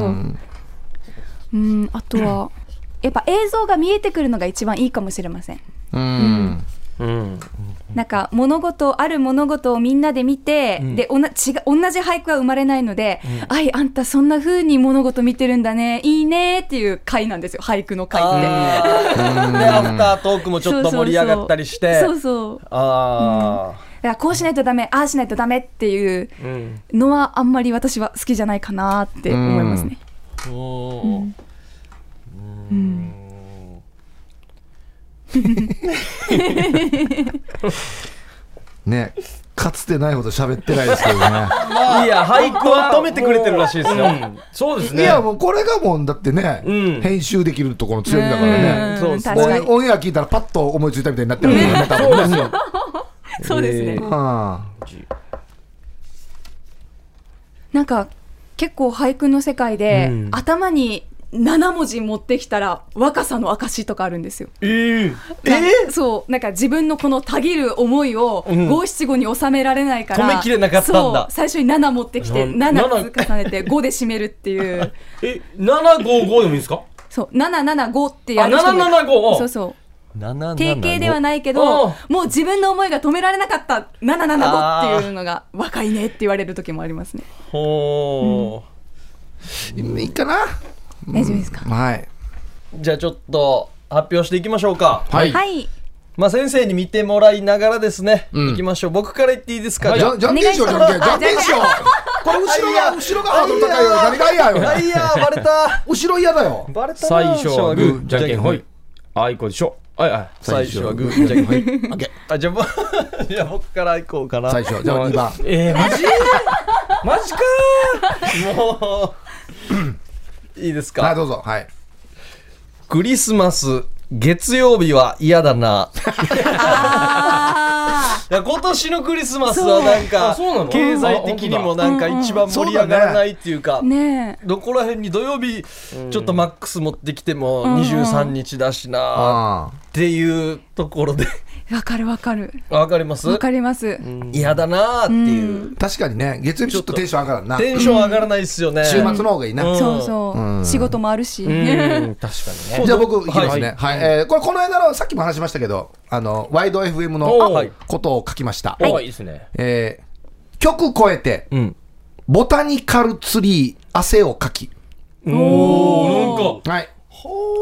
Speaker 5: うんあとはやっぱ映像が見えてくるのが一番いいかもしれません
Speaker 3: うん
Speaker 2: うん。
Speaker 5: なんか物事ある物事をみんなで見て、でおな違う同じ俳句は生まれないので「あいあんたそんな風に物事見てるんだねいいね」っていう回なんですよ俳句の回って。
Speaker 1: あーでアフタートークもちょっと盛り上がったりして
Speaker 5: そうそうそう
Speaker 1: ああ、
Speaker 5: だからこうしないとダメああしないとダメっていうのはあんまり私は好きじゃないかなって思いますね。
Speaker 3: ね、かつてないほど喋ってないですけどね。
Speaker 1: いや俳句は止めてくれてるらしいですよ、
Speaker 2: うんそうです
Speaker 3: い
Speaker 2: ね。
Speaker 3: や、もうこれがもう、だってね、
Speaker 2: うん
Speaker 3: 編集できるところの強みだから
Speaker 5: う
Speaker 3: ね。
Speaker 5: ん
Speaker 1: そうです
Speaker 5: 確
Speaker 3: オン
Speaker 5: か
Speaker 3: エ
Speaker 5: に
Speaker 3: オンエア聞いたらパッと思いついたみたいになってるんだよね、多分ね。
Speaker 5: そうですね、
Speaker 3: うん
Speaker 5: なんか結構俳句の世界で、頭に7文字持ってきたら若さの証とかあるんですよ。
Speaker 2: えー
Speaker 5: えそうなんか自分のこのたぎる思いを五七五に収められないから、
Speaker 1: 止めきれなかったんだ
Speaker 5: そう最初に7持ってきて
Speaker 2: な
Speaker 5: 7つ重ねて5で締めるっていう
Speaker 2: え、七五五でもいいですか？
Speaker 5: そう775ってやる人も
Speaker 2: あ775
Speaker 5: そうそう
Speaker 1: 775
Speaker 5: 定型ではないけ
Speaker 2: お
Speaker 5: ど
Speaker 2: う
Speaker 5: もう自分の思いが止められなかった775っていうのが若いねって言われる時もありますね
Speaker 1: ほ
Speaker 3: いいかな。
Speaker 5: 大丈夫ですか、
Speaker 3: はい。
Speaker 1: ーじゃあちょっと発表していきましょうか、
Speaker 3: はい。
Speaker 5: はい
Speaker 1: まあ、先生に見てもらいながらですね、いきましょう僕から言っていいですか、
Speaker 3: じゃ、じゃんけんしよう、じゃんけん。じゃんけんしよう。これ後ろが、後ろがハードル高いよ。何が嫌
Speaker 1: あ
Speaker 3: よ。
Speaker 1: いやーバレ た
Speaker 3: 後ろ嫌だよ。
Speaker 1: バレたな
Speaker 2: 最初はグー、じゃんけんほい
Speaker 1: じ。
Speaker 2: あいこでしょ。はいはい。
Speaker 1: 最初はグーじゃんけんほい
Speaker 3: オッケー
Speaker 1: あじゃあぼ じゃあ僕から行こうかな
Speaker 3: 最初、じゃあ、二番。
Speaker 2: えー、マジマジか
Speaker 1: もういいですか
Speaker 3: はい、どうぞ。はい。
Speaker 1: クリスマス月曜日は嫌だな。いや今年のクリスマスはなん
Speaker 2: そう
Speaker 1: か
Speaker 2: あそうなの
Speaker 1: 経済的にもなんか一番盛り上がらないっていう か。
Speaker 5: ねえ
Speaker 1: どこら辺に土曜日ちょっとマックス持ってきても23日だしな
Speaker 3: あ
Speaker 1: っていうところで
Speaker 5: わかるわかる
Speaker 1: わかります
Speaker 5: わかります、
Speaker 1: 嫌だなっていう
Speaker 3: ー確かにね、月曜日ちょっとテンション上がらんな。週
Speaker 1: テンション上がらないですよね
Speaker 3: 末の方がいいな。
Speaker 1: うん
Speaker 5: そうそう、仕事もある し、
Speaker 2: うん、確かにね。
Speaker 3: じゃあ僕いきますね。
Speaker 1: は
Speaker 3: はい。えーこれこの間のさっきも話しましたけど、あのワイド FM
Speaker 2: お
Speaker 3: の
Speaker 2: ー
Speaker 3: ことを書きました。
Speaker 2: おいいですね。
Speaker 3: えー曲超えて、
Speaker 1: ん
Speaker 3: ボタニカルツリー汗をかき。
Speaker 2: おお、なんか、
Speaker 3: はい。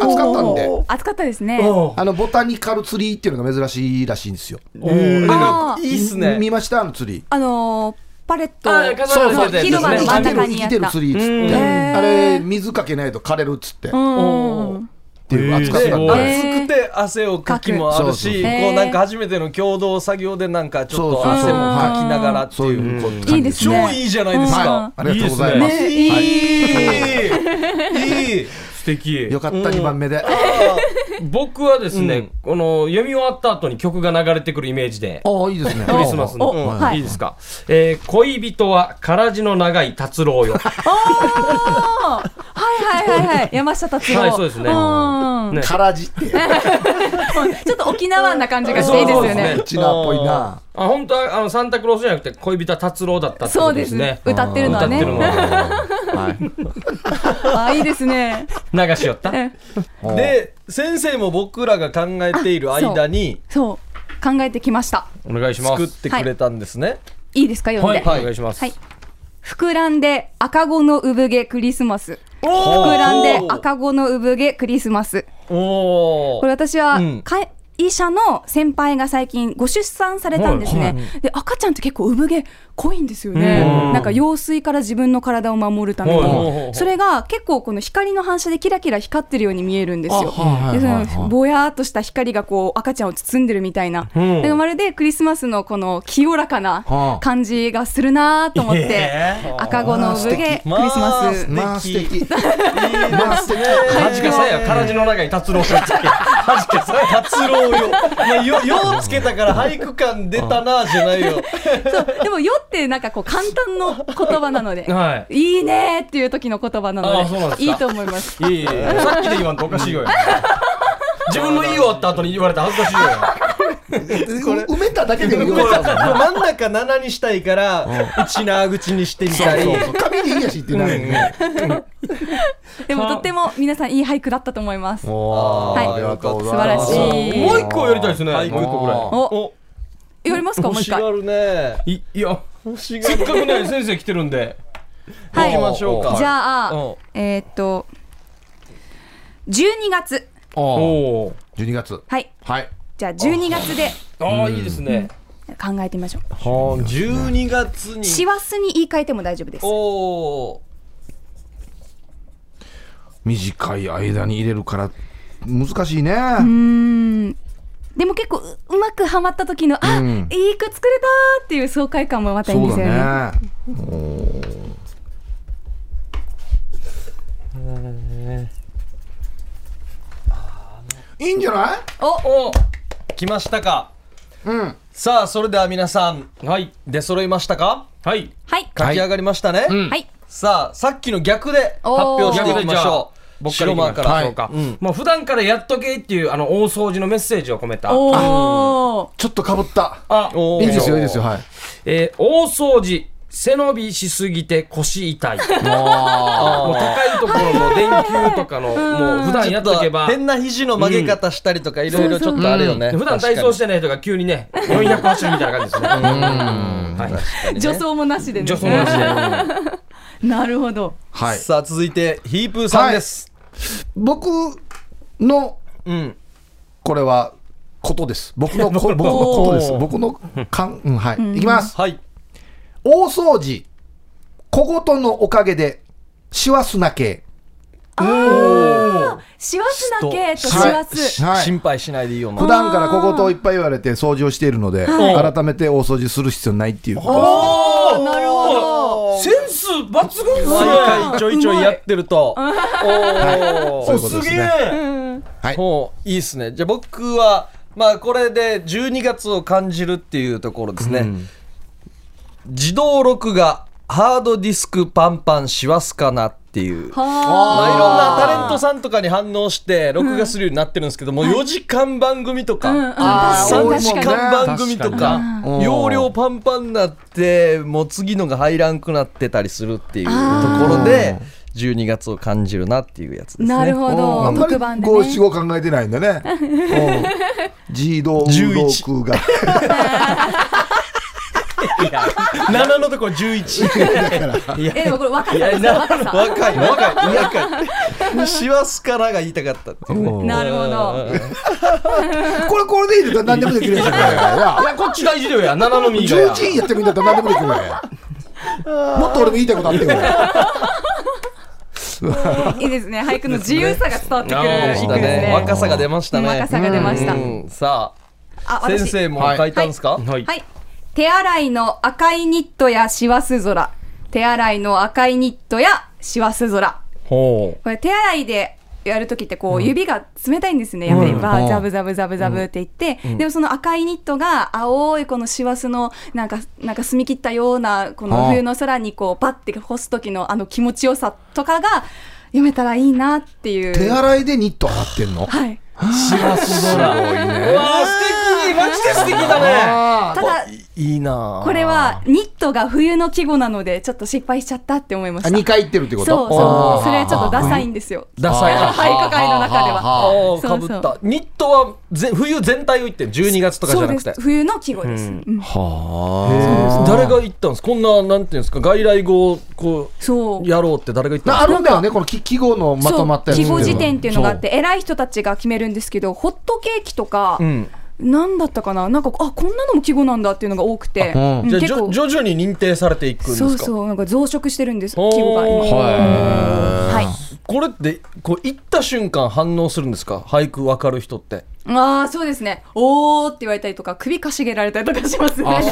Speaker 3: 暑かったんで、
Speaker 5: 暑かったですね。
Speaker 2: おー
Speaker 3: あのボタニカルツリーっていうのが珍しいらしいんですよ。
Speaker 2: お
Speaker 1: ー
Speaker 2: ー
Speaker 5: あー
Speaker 1: いいっすね
Speaker 3: 見ましたあのツリー。
Speaker 5: あのーパレット
Speaker 2: あー飾られて
Speaker 5: の
Speaker 2: て
Speaker 5: 広場の真ん中
Speaker 3: 生
Speaker 5: に
Speaker 3: き
Speaker 5: やって
Speaker 3: る
Speaker 5: た。
Speaker 3: ツリーっつって、
Speaker 5: うん
Speaker 3: あれ水かけないと枯れるっつって、っ
Speaker 5: うん
Speaker 2: おー
Speaker 3: ていう暑かっ
Speaker 1: で
Speaker 3: たんで、
Speaker 5: えー
Speaker 1: 暑くて汗をかきもあるし、
Speaker 3: か
Speaker 5: く
Speaker 1: こうなんか初めての共同作業でなんかちょっ
Speaker 3: そう
Speaker 1: と
Speaker 3: そうそう
Speaker 1: 汗もかきながらって
Speaker 3: そう
Speaker 1: い
Speaker 3: いううこう感
Speaker 5: い
Speaker 3: じ
Speaker 5: いですね
Speaker 1: 超いいじゃないです
Speaker 3: は
Speaker 1: か。
Speaker 3: い、ありがとうございます。
Speaker 5: ね
Speaker 1: いい、
Speaker 5: はい
Speaker 1: いい、いい。
Speaker 2: 素敵
Speaker 3: よかった二番目で、
Speaker 2: 僕はですね、
Speaker 1: うん
Speaker 2: この読み終わった後に曲が流れてくるイメージで
Speaker 3: ああいいですね。
Speaker 2: クリスマスの、
Speaker 5: お
Speaker 2: うん
Speaker 5: はい
Speaker 2: い、いですか、えー恋人はからじの長い達郎よ、
Speaker 5: あーはいはいはいはい。山下達郎。
Speaker 2: はいそうですね
Speaker 5: ん
Speaker 2: ね
Speaker 3: からじって
Speaker 5: ちょっと沖縄な感じがしていいですよ
Speaker 2: そうそう
Speaker 5: ね
Speaker 2: そう。
Speaker 3: うちなっぽいな。
Speaker 2: あ本当はあのサンタクロースじゃなくて恋人は達郎だったってこ
Speaker 5: そ
Speaker 2: と
Speaker 5: うで
Speaker 2: です
Speaker 5: す
Speaker 2: ね
Speaker 5: ね。歌ってるのはね
Speaker 2: 歌って。るの
Speaker 3: はい。
Speaker 5: あいいですね。
Speaker 2: 流しよった
Speaker 5: え
Speaker 1: で、先生も僕らが考えている間に
Speaker 5: そう考えてきました。
Speaker 2: お願いしま
Speaker 1: 作っ
Speaker 2: す
Speaker 1: てくれたんですね。
Speaker 5: いいですか読ん
Speaker 2: は
Speaker 5: で。
Speaker 2: い、お願いします、
Speaker 5: はい膨らんで赤子の産毛クリスマス。
Speaker 1: おー
Speaker 5: 膨らんで赤子の産毛クリスマス。
Speaker 1: お
Speaker 5: これ
Speaker 1: ー
Speaker 5: 私は
Speaker 1: うん
Speaker 5: 会社の先輩が最近ご出産されたんですね、で赤ちゃんって結構産毛濃いんですよね、
Speaker 2: うん
Speaker 5: なんか羊水から自分の体を守るため
Speaker 2: はいはい
Speaker 5: に、
Speaker 2: はい
Speaker 5: それが結構この光の反射でキラキラ光ってるように見えるんですよ、
Speaker 3: あはい
Speaker 5: で
Speaker 3: はいはい
Speaker 5: そのぼやーっとした光がこう赤ちゃんを包んでるみたいな、
Speaker 2: ん
Speaker 5: でまるでクリスマスのこの清らか
Speaker 3: は
Speaker 5: な
Speaker 3: あ
Speaker 5: 感じがするなーと思って、
Speaker 2: え
Speaker 5: 赤子の産毛クリス
Speaker 1: まあ素敵
Speaker 5: マス、
Speaker 3: まあ素敵。まあ素敵。
Speaker 2: 恥かさやからじの長い達郎さんつけ 恥かさや、
Speaker 1: 達郎よ。まあよ、ようつけたから俳句感出たなじゃないよ。
Speaker 5: そうでも「よ」ってなんかこう簡単の言葉なので、
Speaker 2: はい
Speaker 5: いねーっていう時の言葉な
Speaker 2: あーそうなんでか
Speaker 5: のですいいと思います。
Speaker 2: いいさっきで言わんとおかしいよ自分の言い終わった後に言われたら恥ずかしいよ
Speaker 3: 埋めただけでも
Speaker 1: ごめ
Speaker 3: よ
Speaker 1: んな
Speaker 3: かっ
Speaker 1: さい
Speaker 3: た。
Speaker 1: これ真ん中7にしたいから、内縄口にしてみたり。
Speaker 3: 紙でいいやしってなるよね。
Speaker 5: でもとっても皆さんいい俳句だったと思います。
Speaker 1: あー
Speaker 5: はい
Speaker 1: よかった
Speaker 5: 素晴らしい。
Speaker 2: もう一個やりたいですね
Speaker 1: はい
Speaker 2: もう一個ぐらい
Speaker 3: あー
Speaker 5: おやりますかもう
Speaker 1: 欲
Speaker 5: 一
Speaker 1: しが
Speaker 5: 回。
Speaker 1: るね。
Speaker 2: いいや
Speaker 1: 欲しが
Speaker 2: せっ
Speaker 1: る。
Speaker 2: かくね先生来てるんで
Speaker 5: は
Speaker 1: 行きましょうか。
Speaker 5: じゃあ、
Speaker 1: うん
Speaker 5: えーっと12月
Speaker 3: お
Speaker 2: お
Speaker 3: 十二月。
Speaker 5: はい
Speaker 3: はい。
Speaker 5: じゃあ12月で
Speaker 2: ああいいですね
Speaker 5: 考えてみましょう。
Speaker 1: はあ、12月に。
Speaker 5: 師走に言い換えても大丈夫です。
Speaker 1: おー
Speaker 3: 短い間に入れるから難しいね。
Speaker 5: でも結構ううまくはまった時のあ、
Speaker 3: うん
Speaker 5: いい句作れたーっていう爽快感もまたいいん
Speaker 3: そ
Speaker 5: です
Speaker 3: う
Speaker 5: よね。
Speaker 3: だね。いいんじゃない？
Speaker 2: お
Speaker 1: 来ましたか。
Speaker 3: うん。
Speaker 1: さあ、それでは皆さん、
Speaker 2: はい
Speaker 1: 出揃いましたか
Speaker 2: はい
Speaker 5: はい、
Speaker 1: 書き上がりましたね。
Speaker 2: ん
Speaker 5: はい、
Speaker 1: さあ、さっきの逆で発
Speaker 5: おー
Speaker 1: 表していきましょう。
Speaker 2: 僕から
Speaker 1: 白マー
Speaker 2: 行き
Speaker 1: か
Speaker 2: ま
Speaker 1: ら。
Speaker 2: しょうか
Speaker 1: はいうん
Speaker 2: まあ普段からやっとけっていうあの大掃除のメッセージを込めた
Speaker 5: おお。
Speaker 3: ちょっとかぶった。
Speaker 2: あ
Speaker 1: おー
Speaker 3: いいですよいいですよはい。
Speaker 2: えー大掃除背伸びしすぎて腰痛いもう高いところの電球とかのもう普段
Speaker 1: ちょ
Speaker 2: や
Speaker 1: っ
Speaker 2: っ
Speaker 1: と
Speaker 2: とけば
Speaker 1: 変な肘の曲げ方したりとか、いろいろちょっとあるよね。
Speaker 2: 普段体操してない人が急にね400走るみたいな感じですねはい
Speaker 5: 女装もなしでね。
Speaker 2: 女装なしで
Speaker 5: なるほど。
Speaker 1: 確か
Speaker 3: は
Speaker 1: に。さあ、続いて、ヒープーさんです。
Speaker 3: 僕の
Speaker 1: うん。
Speaker 3: これはことです。僕の こ僕のことです。僕のかん、うん、はい、いきます。
Speaker 1: はい。
Speaker 3: 大掃除、小言のおかげで、師走なけ。
Speaker 5: 師走だけと師走。
Speaker 3: はい
Speaker 1: 心配しないでいいよな
Speaker 3: 普。段から小言をいっぱい言われて掃除をしているので、改めて大掃除する必要ないっていうことです。
Speaker 2: お
Speaker 5: なるほど。
Speaker 2: おセンス抜群っすね
Speaker 1: 毎回ちょいちょいやってると。おー
Speaker 3: そういうことですね。
Speaker 2: え
Speaker 1: ほういいっすねじゃあ僕はまあこれで12月を感じるっていうところですね、自動録画ハードディスクパンパンしますかなっていう
Speaker 5: は
Speaker 1: まあ、いろんなタレントさんとかに反応して録画するようになってるんですけど、もう4時間番組とか、
Speaker 5: あ
Speaker 3: ー
Speaker 1: 3時間番組と
Speaker 3: 確か
Speaker 1: か
Speaker 3: にうん
Speaker 1: 容量パンパンになってもう次のが入らんくなってたりするっていうところで12月を感じるなっていうやつですね。
Speaker 5: あ。なるほ
Speaker 3: あ
Speaker 5: ど。
Speaker 3: んまり
Speaker 5: 特番で
Speaker 3: 五七
Speaker 5: ね。
Speaker 3: 五考えてないんだね。うん自動録が。
Speaker 2: いや7のとこ11。
Speaker 5: えでもこれ若さ
Speaker 2: いや
Speaker 5: ですよ若さ
Speaker 1: 若い若い若い師走からが言いたかったっていうね
Speaker 5: なるほど
Speaker 3: これこれでいいんだったら何でもできるやつやからいや
Speaker 2: いや、こっち大事だよや、7の右がや。
Speaker 3: 11位やってもいいんだったら何でもできるやんもっと俺も言いたいことあってよ
Speaker 5: いいですね俳句の自由さが伝わってくる
Speaker 2: です
Speaker 5: 一
Speaker 2: ね
Speaker 5: 句ですね
Speaker 1: 若さが出ましたね
Speaker 5: 若さが出ました
Speaker 1: うんさ
Speaker 5: あ
Speaker 1: あ先
Speaker 5: 私
Speaker 1: 生も書いたんですか
Speaker 2: はい。
Speaker 5: はい。手洗いの赤いニットや師走空。手洗いの赤いニットや師走空。
Speaker 1: ほう
Speaker 5: これ手洗いでやるときってこう指が冷たいんですね、やっぱりバ
Speaker 1: う
Speaker 5: ー
Speaker 1: ん
Speaker 5: ザブザブザブザブって言って、でもその赤いニットが青いこの師走のなんかなんか澄み切ったようなこの冬の空にこうバッて干す時のあの気持ちよさとかが読めたらいいなっていう
Speaker 3: 手洗いでニット洗ってんの
Speaker 5: はい、
Speaker 2: うわー、素敵マジで素敵だね
Speaker 5: ただ
Speaker 1: いいなあ
Speaker 5: これはニットが冬の季語なのでちょっと失敗しちゃったって思いました
Speaker 3: 2回行ってるってこ
Speaker 5: そ
Speaker 3: と
Speaker 5: うそうそれちょっとダサいんですよ
Speaker 1: ダサいな
Speaker 5: 俳句会の中で
Speaker 1: あ
Speaker 5: は
Speaker 1: ー
Speaker 5: そ
Speaker 1: か
Speaker 5: うそ
Speaker 1: ぶ
Speaker 5: う
Speaker 1: ったニットはぜ冬全体を言ってる12月とかじ
Speaker 5: そ
Speaker 1: ゃ
Speaker 5: う
Speaker 1: な
Speaker 5: で
Speaker 1: くて
Speaker 5: す冬の季語です、うん
Speaker 1: 誰が言ったんですこんななんていうんですか外来語をこ
Speaker 5: そう
Speaker 1: うやろうって誰が言った
Speaker 3: なあ
Speaker 1: んです
Speaker 3: るんだよねこのき記号のまとまったやつ
Speaker 5: そう記号辞典っていうのがあって偉い人たちが決めるんですけどホットケーキとか、
Speaker 1: かうん
Speaker 5: なんだったかななんかあこんなのも記号なんだっていうのが多くて、
Speaker 3: あ
Speaker 5: うん
Speaker 1: じゃあ
Speaker 5: 結
Speaker 1: じょ
Speaker 5: 構
Speaker 1: 徐々に認定されていくんです
Speaker 5: そう
Speaker 1: か
Speaker 5: そうなんか増殖してるんです記
Speaker 1: おー
Speaker 5: 号が今はい
Speaker 1: これってこう言った瞬間反応するんですか俳句わかる人って
Speaker 5: ああそうですねおーって言われたりとか首かしげられたりとかしますね
Speaker 3: え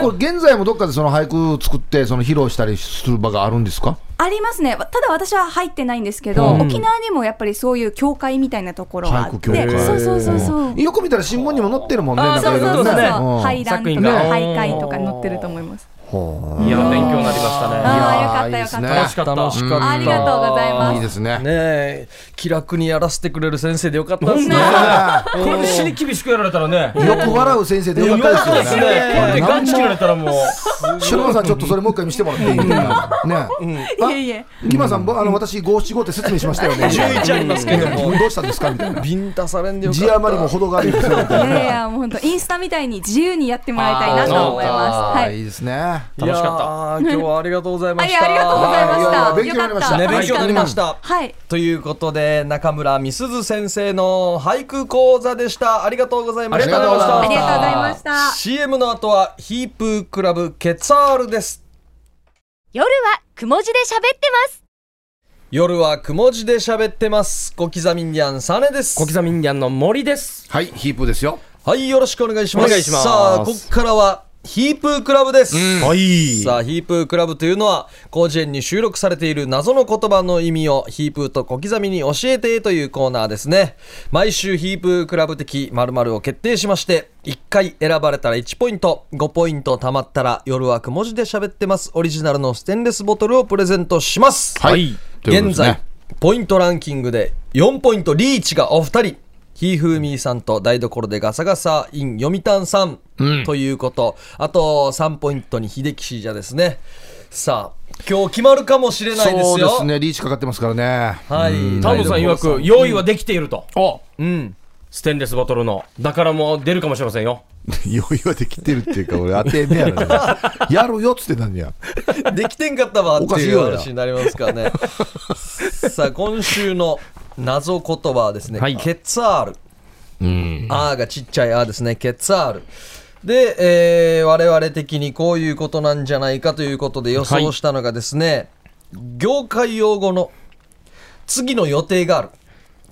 Speaker 3: これ現在もどっかでその俳句作ってその披露したりする場があるんですか
Speaker 5: ありますね。ただ私は入ってないんですけど、沖縄にもやっぱりそういう教会みたいなところがあっ
Speaker 3: 俳
Speaker 5: て、
Speaker 3: 句協会
Speaker 5: そうそうそうそう。
Speaker 3: よく見たら新聞にも載ってるもんね
Speaker 2: あー
Speaker 3: なん
Speaker 5: そ
Speaker 3: か
Speaker 5: う
Speaker 3: い
Speaker 5: そう
Speaker 3: ろい
Speaker 5: そ
Speaker 3: ろ
Speaker 5: うそう。
Speaker 3: ね
Speaker 5: 排覧
Speaker 2: 作
Speaker 5: と
Speaker 2: 品
Speaker 5: か
Speaker 2: が
Speaker 5: 徘徊とかに載ってると思います。
Speaker 2: いや、勉強になりましたね。
Speaker 5: ああよかった
Speaker 3: い
Speaker 5: よ
Speaker 3: やーいい
Speaker 5: か
Speaker 3: で
Speaker 5: っ
Speaker 3: す
Speaker 5: た。
Speaker 2: かった
Speaker 1: 楽しかった
Speaker 5: ありがとうござい
Speaker 3: い
Speaker 5: ま
Speaker 3: い
Speaker 5: す。
Speaker 3: ですね
Speaker 1: ねえ気楽にやらせてくれる先生でよかったですね
Speaker 2: これで死に厳しくやられたらね。
Speaker 3: よく笑う先生でよかったですよね
Speaker 2: これでガンチ切られたらもう。
Speaker 3: 白間さんちょっとそれもう一回見せてもらっていいですかね
Speaker 5: いえいえ。
Speaker 3: ギマさん、ぼあの私、五七五って説明しましたよね。
Speaker 1: 11ありますけども
Speaker 3: うんどうしたんですかみたいな。
Speaker 1: ビンタされんでよかった
Speaker 3: 字余りも程があるんですよ。み
Speaker 5: い
Speaker 3: たいな
Speaker 5: やいやもう本当インスタみたいに自由にやってもらいたいなと思います。は
Speaker 3: あー
Speaker 5: い。
Speaker 3: いいですね。
Speaker 2: 楽しかっ
Speaker 1: っ
Speaker 2: た
Speaker 1: た今日はありがとうございま
Speaker 5: あい
Speaker 1: し
Speaker 5: や
Speaker 1: た
Speaker 5: ありがとうございまし
Speaker 3: あ
Speaker 5: た。
Speaker 3: ー勉強になりました
Speaker 1: ね
Speaker 5: よかっ
Speaker 1: 勉強になりました
Speaker 5: はい。
Speaker 1: ということで中村美鈴先生の俳句講座でしたありがとうございました
Speaker 3: ありがとうございました
Speaker 5: ありがとうございました。
Speaker 1: CM の後はヒープークラブケツァールです
Speaker 4: 夜はくも字で喋ってます
Speaker 1: 夜はくも字で喋ってます小刻みんぎゃんサネです
Speaker 2: 小刻みインディアンの森です。
Speaker 3: はい、ヒープですよ。
Speaker 1: はいよろしくお願いします
Speaker 2: お願いします
Speaker 1: さあここからはヒープークラブです、
Speaker 2: はい
Speaker 1: さあ、ヒープークラブというのは、広辞苑に収録されている謎の言葉の意味をヒープーと小刻みに教えてというコーナーですね。毎週ヒープークラブ的〇〇を決定しまして、1回選ばれたら1ポイント、5ポイント貯まったら夜はくも字で喋ってますオリジナルのステンレスボトルをプレゼントします。
Speaker 2: はい
Speaker 3: ということ
Speaker 1: 現
Speaker 3: ですね
Speaker 1: 在、ポイントランキングで4ポイントリーチがお二人。ひーふーみーさんと台所でガサガサイン読谷さんということ、あと3ポイントに秀吉じゃですねさあ今日決まるかもしれないで
Speaker 3: そう
Speaker 1: す
Speaker 3: で
Speaker 1: よ
Speaker 3: すね、リーチかかってますからね。
Speaker 1: はい
Speaker 2: タモさん曰く用意はできていると。
Speaker 1: うん
Speaker 2: ステンレスボトルの。だからもう出るかもしれませんよ。
Speaker 3: 余裕はできてるっていうか、俺、当て目やろね。やるよっつってたんや。
Speaker 1: できてんかったわって
Speaker 3: おかしい
Speaker 1: いう
Speaker 3: よな
Speaker 1: 話になります からねさあ今週の謎言葉はですね、
Speaker 2: はい
Speaker 1: ケツァールあーがちっちゃいあーですね、ケツァール。で、えー我々的にこういうことなんじゃないかということで予想したのがですね、業界用語の次の予定がある。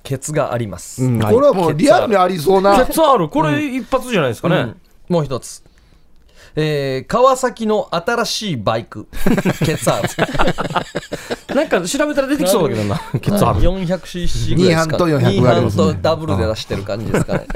Speaker 1: ケツがあります。
Speaker 3: これはもうリアルにありそうな。
Speaker 2: ケツアール、これ一発じゃないですか
Speaker 1: う
Speaker 2: ね
Speaker 1: ん。もう一つ。えー川崎の新しいバイ ク、ケツァール。
Speaker 2: なんか調べたら出てきそうだけどな。ケツアール。
Speaker 1: 400cc ぐらいですか、
Speaker 3: 二班と400
Speaker 1: 二
Speaker 3: があり
Speaker 1: 班
Speaker 3: ますね
Speaker 1: とダブルで出してる感じですかね。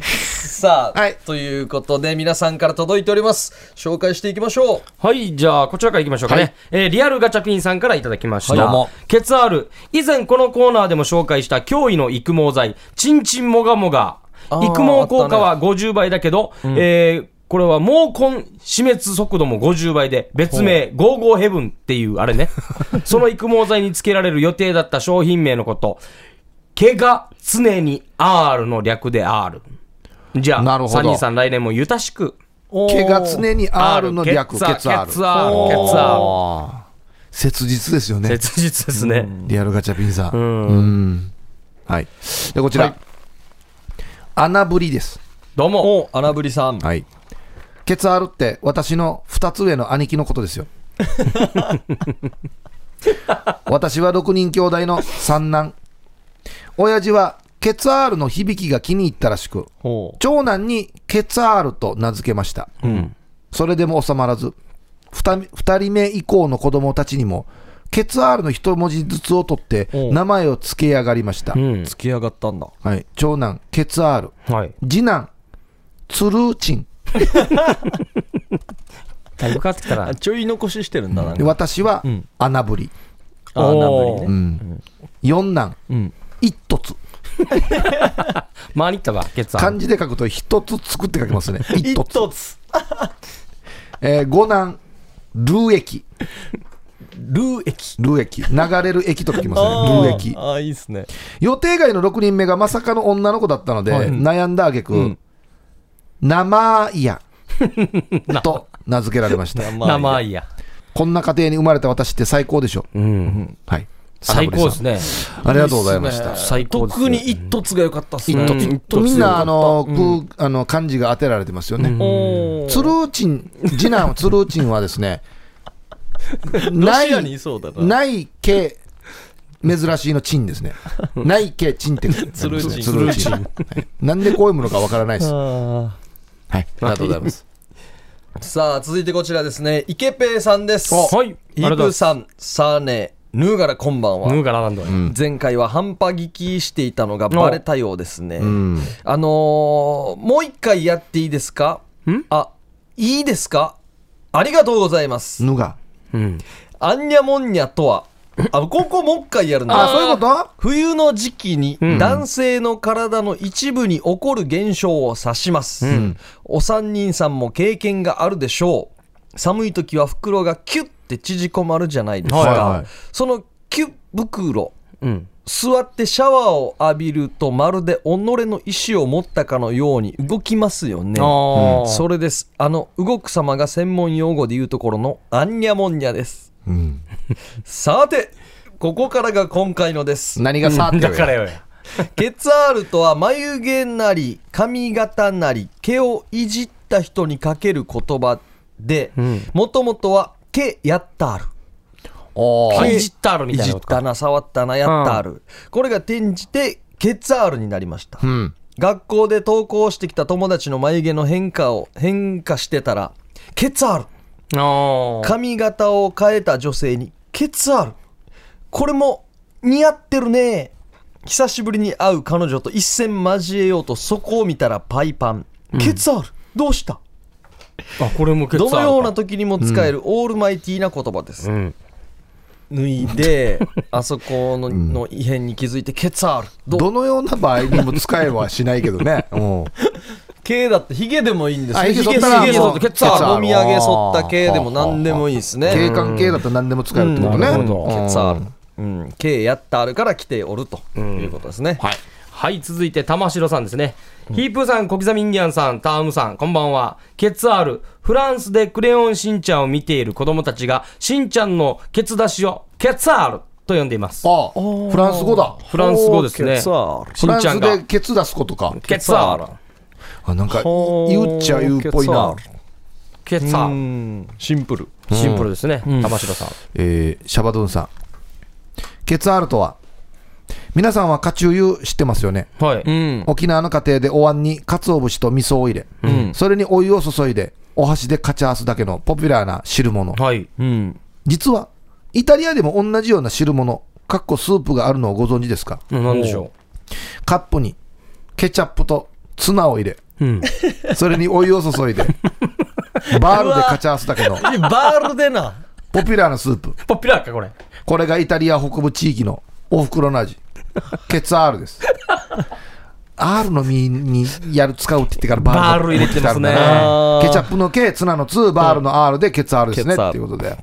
Speaker 1: さあ、
Speaker 3: はい
Speaker 1: ということで皆さんから届いております。紹介していきましょう。
Speaker 2: はい、じゃあ、こちらから行きましょうかね。
Speaker 3: はい
Speaker 2: えーリアルガチャピンさんからいただきました。
Speaker 1: はいどうも
Speaker 2: ケツアール。以前このコーナーでも紹介した驚異の育毛剤、チンチンモガモガ。
Speaker 1: あー
Speaker 2: 育毛効果は50倍だけど、えーこれは毛根死滅速度も50倍で、別名、ゴーゴーヘブンっていう、あれ ね。その育毛剤につけられる予定だった商品名のこと。毛が常に R の略で R。じゃあ、
Speaker 3: なるほど
Speaker 2: サニーさん来年もゆたしく。
Speaker 3: 毛が常に R の略、ケツ R。
Speaker 2: ケツ R。ケツ R。
Speaker 3: あー切実ですよね。
Speaker 2: 切実ですね。
Speaker 3: リアルガチャピンさ
Speaker 2: ん
Speaker 3: ん。うんはい。で、こちら。穴ぶりです。
Speaker 2: どうも。
Speaker 1: お穴ぶりさん、
Speaker 3: はい。ケツ R って私の2つ上の兄貴のことで すよ。私は6人兄弟の三男。親父はケツ R の響きが気に入ったらしく、
Speaker 1: ほ
Speaker 3: 長男にケツ R と名付けました。それでも収まらず、2, 人目以降の子供たちにも、ケツ R の一文字ずつを取って
Speaker 1: おう
Speaker 3: 名前を付け上がりました。
Speaker 2: うん
Speaker 1: う。つき上がったんだ
Speaker 3: はい、長男、ケツ R。
Speaker 2: はい。
Speaker 3: 次男、ツルーチン。
Speaker 2: だいぶ変わってきたら
Speaker 1: あ。ちょい残ししてるんだなん
Speaker 3: で
Speaker 1: か
Speaker 3: 私は
Speaker 1: うん
Speaker 3: 穴ぶり、
Speaker 1: あ穴ぶり
Speaker 3: う
Speaker 1: ね
Speaker 3: ん四男
Speaker 1: うん
Speaker 3: 一凸
Speaker 2: 回りったわ、ケツ R。
Speaker 3: 漢字で書くと一つ作って書きますね 一
Speaker 1: 一
Speaker 3: 凸、
Speaker 1: つ
Speaker 3: えー、五男ルー液
Speaker 1: ルー液
Speaker 3: ルー液流れる液と書きますねルー液
Speaker 1: あーいいっすね
Speaker 3: 予定外の6人目がまさかの女の子だったので、
Speaker 1: はい
Speaker 3: 悩んだ挙句、
Speaker 1: うん
Speaker 3: 生イヤと名付けられました
Speaker 2: 生アイや。
Speaker 3: こんな家庭に生まれた私って最高でしょ
Speaker 2: うん。
Speaker 3: はい
Speaker 2: 最高ですね。
Speaker 3: ありがとうございました
Speaker 2: 最高ですね
Speaker 1: 特に一突が良かったっすね
Speaker 2: 一突
Speaker 1: うん
Speaker 3: みんなあの、
Speaker 1: うん
Speaker 3: くあの漢字が当てられてますよね、
Speaker 1: おー
Speaker 3: ツルーチン、次男ツルーチンはですね、
Speaker 1: ロ
Speaker 3: な
Speaker 1: シアにい
Speaker 3: い、
Speaker 1: そうだな
Speaker 3: ないけ、珍しいのチンですね。ないけ、チンって。ツ
Speaker 1: ルーチン
Speaker 3: ツルーチン。はいなんでこういうものかわからないです。
Speaker 1: あ
Speaker 3: はい、ありがとうございます。
Speaker 1: ーさあ続いてこちらですね池ペイさんです
Speaker 2: はい。あり
Speaker 1: イ
Speaker 2: がとうござい
Speaker 1: ブ
Speaker 2: ます。
Speaker 1: さんサーネヌーガラこんばんは
Speaker 2: 脱ぐからなんだ。
Speaker 1: 前回は半端聞きしていたのがバレたようですね。
Speaker 3: うん。
Speaker 1: あのーもう一回やっていいですかあ、いいですかありがとうございます。
Speaker 3: ぬが。
Speaker 2: うん。
Speaker 1: あんにゃもんにゃとは、あ、ここもう一回やるん
Speaker 3: あ、
Speaker 1: だ。
Speaker 3: そういうこと
Speaker 1: 冬の時期に男性の体の一部に起こる現象を指します、お三人さんも経験があるでしょう寒い時は袋がキュッて縮こまるじゃないですか、
Speaker 3: はいはい
Speaker 1: そのキュッ袋
Speaker 2: うん。
Speaker 1: 座ってシャワーを浴びるとまるで己の意志を持ったかのように動きますよね
Speaker 2: ああ。
Speaker 1: それですあの動く様が専門用語で言うところのアンニャモンニャです
Speaker 3: うん。
Speaker 1: さてここからが今回のです
Speaker 3: 何がさって
Speaker 2: だからよ。
Speaker 1: ケツアールとは眉毛なり髪型なり毛をいじった人にかける言葉で
Speaker 2: ん
Speaker 1: もともとは毛やったある
Speaker 3: おー
Speaker 2: いじったあるみ
Speaker 1: い
Speaker 2: たい
Speaker 1: じ
Speaker 2: な
Speaker 1: っ
Speaker 2: こと
Speaker 1: た
Speaker 2: か。
Speaker 1: な触ったなやったある、これが転じてケツアールになりました
Speaker 3: うん。
Speaker 1: 学校で登校してきた友達の眉毛の変化を変化してたら「ケツある」
Speaker 2: ああ。
Speaker 1: 髪型を変えた女性に「ケツある」これも似合ってるね久しぶりに会う彼女と一戦交えようとそこを見たらパイパン「ケツある」どうした
Speaker 2: あ、これもケツ R
Speaker 1: ど
Speaker 2: か
Speaker 1: のような時にも使えるオールマイティーな言葉です、
Speaker 2: うん。
Speaker 1: 脱いで あそこのの異変に気づいて「ケツある」どう
Speaker 3: どのような場合にも使えはしないけどね。うん。
Speaker 1: 毛だってヒゲでもいいんです
Speaker 3: あ
Speaker 1: ね
Speaker 3: ヒゲ
Speaker 1: ヒゲ
Speaker 3: 剃ったら
Speaker 1: ヒゲ剃って
Speaker 3: もう
Speaker 1: ケツあ
Speaker 3: ケツあ
Speaker 1: る
Speaker 3: る
Speaker 1: もみあげ剃った毛でも何でもいいですね
Speaker 3: 景観系だと何でも使えるってことね。
Speaker 2: うんなるほ
Speaker 1: ケツ
Speaker 3: う
Speaker 1: ァ
Speaker 3: ん
Speaker 1: ール、うん、K やったあるから来ておるということですね、
Speaker 2: はい。はい、続いて、玉城さんですね。ヒープーさん、小刻みインディアンさん、タームさん、こんばんは。ケツアール、フランスでクレヨンしんちゃんを見ている子供たちが、しんちゃんのケツ出しを、ケツアールと呼んでいます。
Speaker 3: あフランス語だ。
Speaker 2: フランス語ですね。
Speaker 1: ケツアール
Speaker 2: し
Speaker 3: フ
Speaker 2: ん
Speaker 3: ラン
Speaker 2: ちゃん
Speaker 3: ス
Speaker 2: が
Speaker 3: で、ケツ出すことか。
Speaker 2: ケツアール。
Speaker 3: あなんか
Speaker 1: ほー
Speaker 3: 言っちゃ言うっぽいな
Speaker 1: ケ、
Speaker 2: ケツ
Speaker 1: ツァ
Speaker 2: アール。
Speaker 1: ールシンプル
Speaker 2: シンプルですね、玉城さん。
Speaker 3: えーシャバドゥンさんケツアールとは皆さんはカチューユ知ってますよね
Speaker 2: はい。
Speaker 1: うん
Speaker 3: 沖縄の家庭でお椀に鰹節と味噌を入れ、
Speaker 1: ん
Speaker 3: それにお湯を注いでお箸でカチャースだけのポピュラーな汁物
Speaker 2: はい。
Speaker 1: うん
Speaker 3: 実はイタリアでも同じような汁物かっこスープがあるのをご存知ですか
Speaker 2: うんなんでしょ
Speaker 3: カップにケチャップとツナを入れ
Speaker 2: う。うん。
Speaker 3: それにお湯を 注いでバールでカチャースだけの
Speaker 1: えバールでな
Speaker 3: ポピュラーなスープ
Speaker 2: ポピュラーか、これ。
Speaker 3: これがイタリア北部地域のおふくろの味。ケツ R です。R の実にやる使うって言ってからバール
Speaker 2: バール入れてますね
Speaker 3: 持ってきたんだ
Speaker 1: あー
Speaker 3: ケチャップの K、ツナの2、バールの R でケツ R ですね。
Speaker 1: ケツ R
Speaker 3: っていうことで。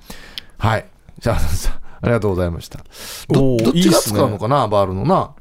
Speaker 3: はい。じゃあ、さんありがとうございました。
Speaker 1: お
Speaker 3: ど
Speaker 1: ー
Speaker 3: どっ
Speaker 1: い
Speaker 3: ち
Speaker 1: いっ
Speaker 3: が
Speaker 1: す
Speaker 3: 使
Speaker 1: ね
Speaker 3: うのかな、バールのな。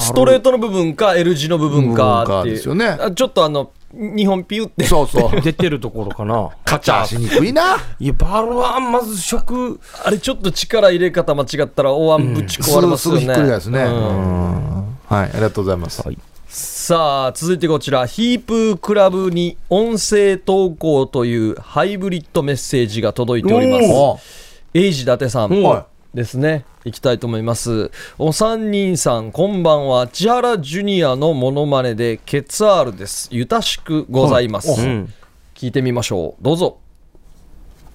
Speaker 1: ストレートの部分か L 字の部分かって
Speaker 3: 部
Speaker 1: い
Speaker 3: 分か
Speaker 1: う
Speaker 3: ですよね
Speaker 1: あちょっとあの2本ピュって。
Speaker 3: そ うそう。
Speaker 2: 出てるところかな。
Speaker 3: カチャーしにくいな。
Speaker 2: いや、バロはまず食、
Speaker 1: あれちょっと力入れ方間違ったらお椀ぶち壊れますす
Speaker 3: ぐ
Speaker 1: よ
Speaker 3: ひ
Speaker 1: ね。
Speaker 3: っくり返すね。う
Speaker 1: うん
Speaker 3: んはい、ありがとうございます。
Speaker 1: さあ、続いてこちら、ヒープークラブに音声投稿というハイブリッドメッセージが届いております。エイジ伊達さん
Speaker 3: は
Speaker 1: ですね。いきたいと思います。お三人さん、こんばんは。千原ジュニアのモノマネで、ケツアールです。ゆたしくございます。
Speaker 2: うん。
Speaker 1: 聞いてみましょう。どうぞ。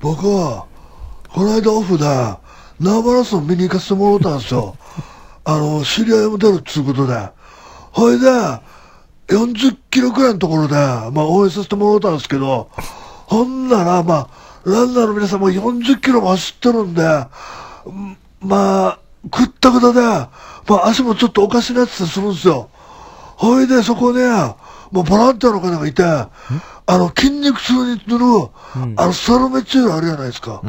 Speaker 6: 僕は、この間オフで、生マラソン見に行かせてもらったんですよ。あの、知り合いも出るっつうことで。ほいで、40キロくらいのところで、まあ応援させてもらったんですけど、ほんなら、まあ、ランナーの皆さんも40キロも走ってるんで、うんまあ、くったくたで、まあ足もちょっとおかしなやつするんですよ。ほいで、そこね、もうボランティアの方がいて、あの、筋肉痛に塗る、あの、サロメチュールあるじゃないですか。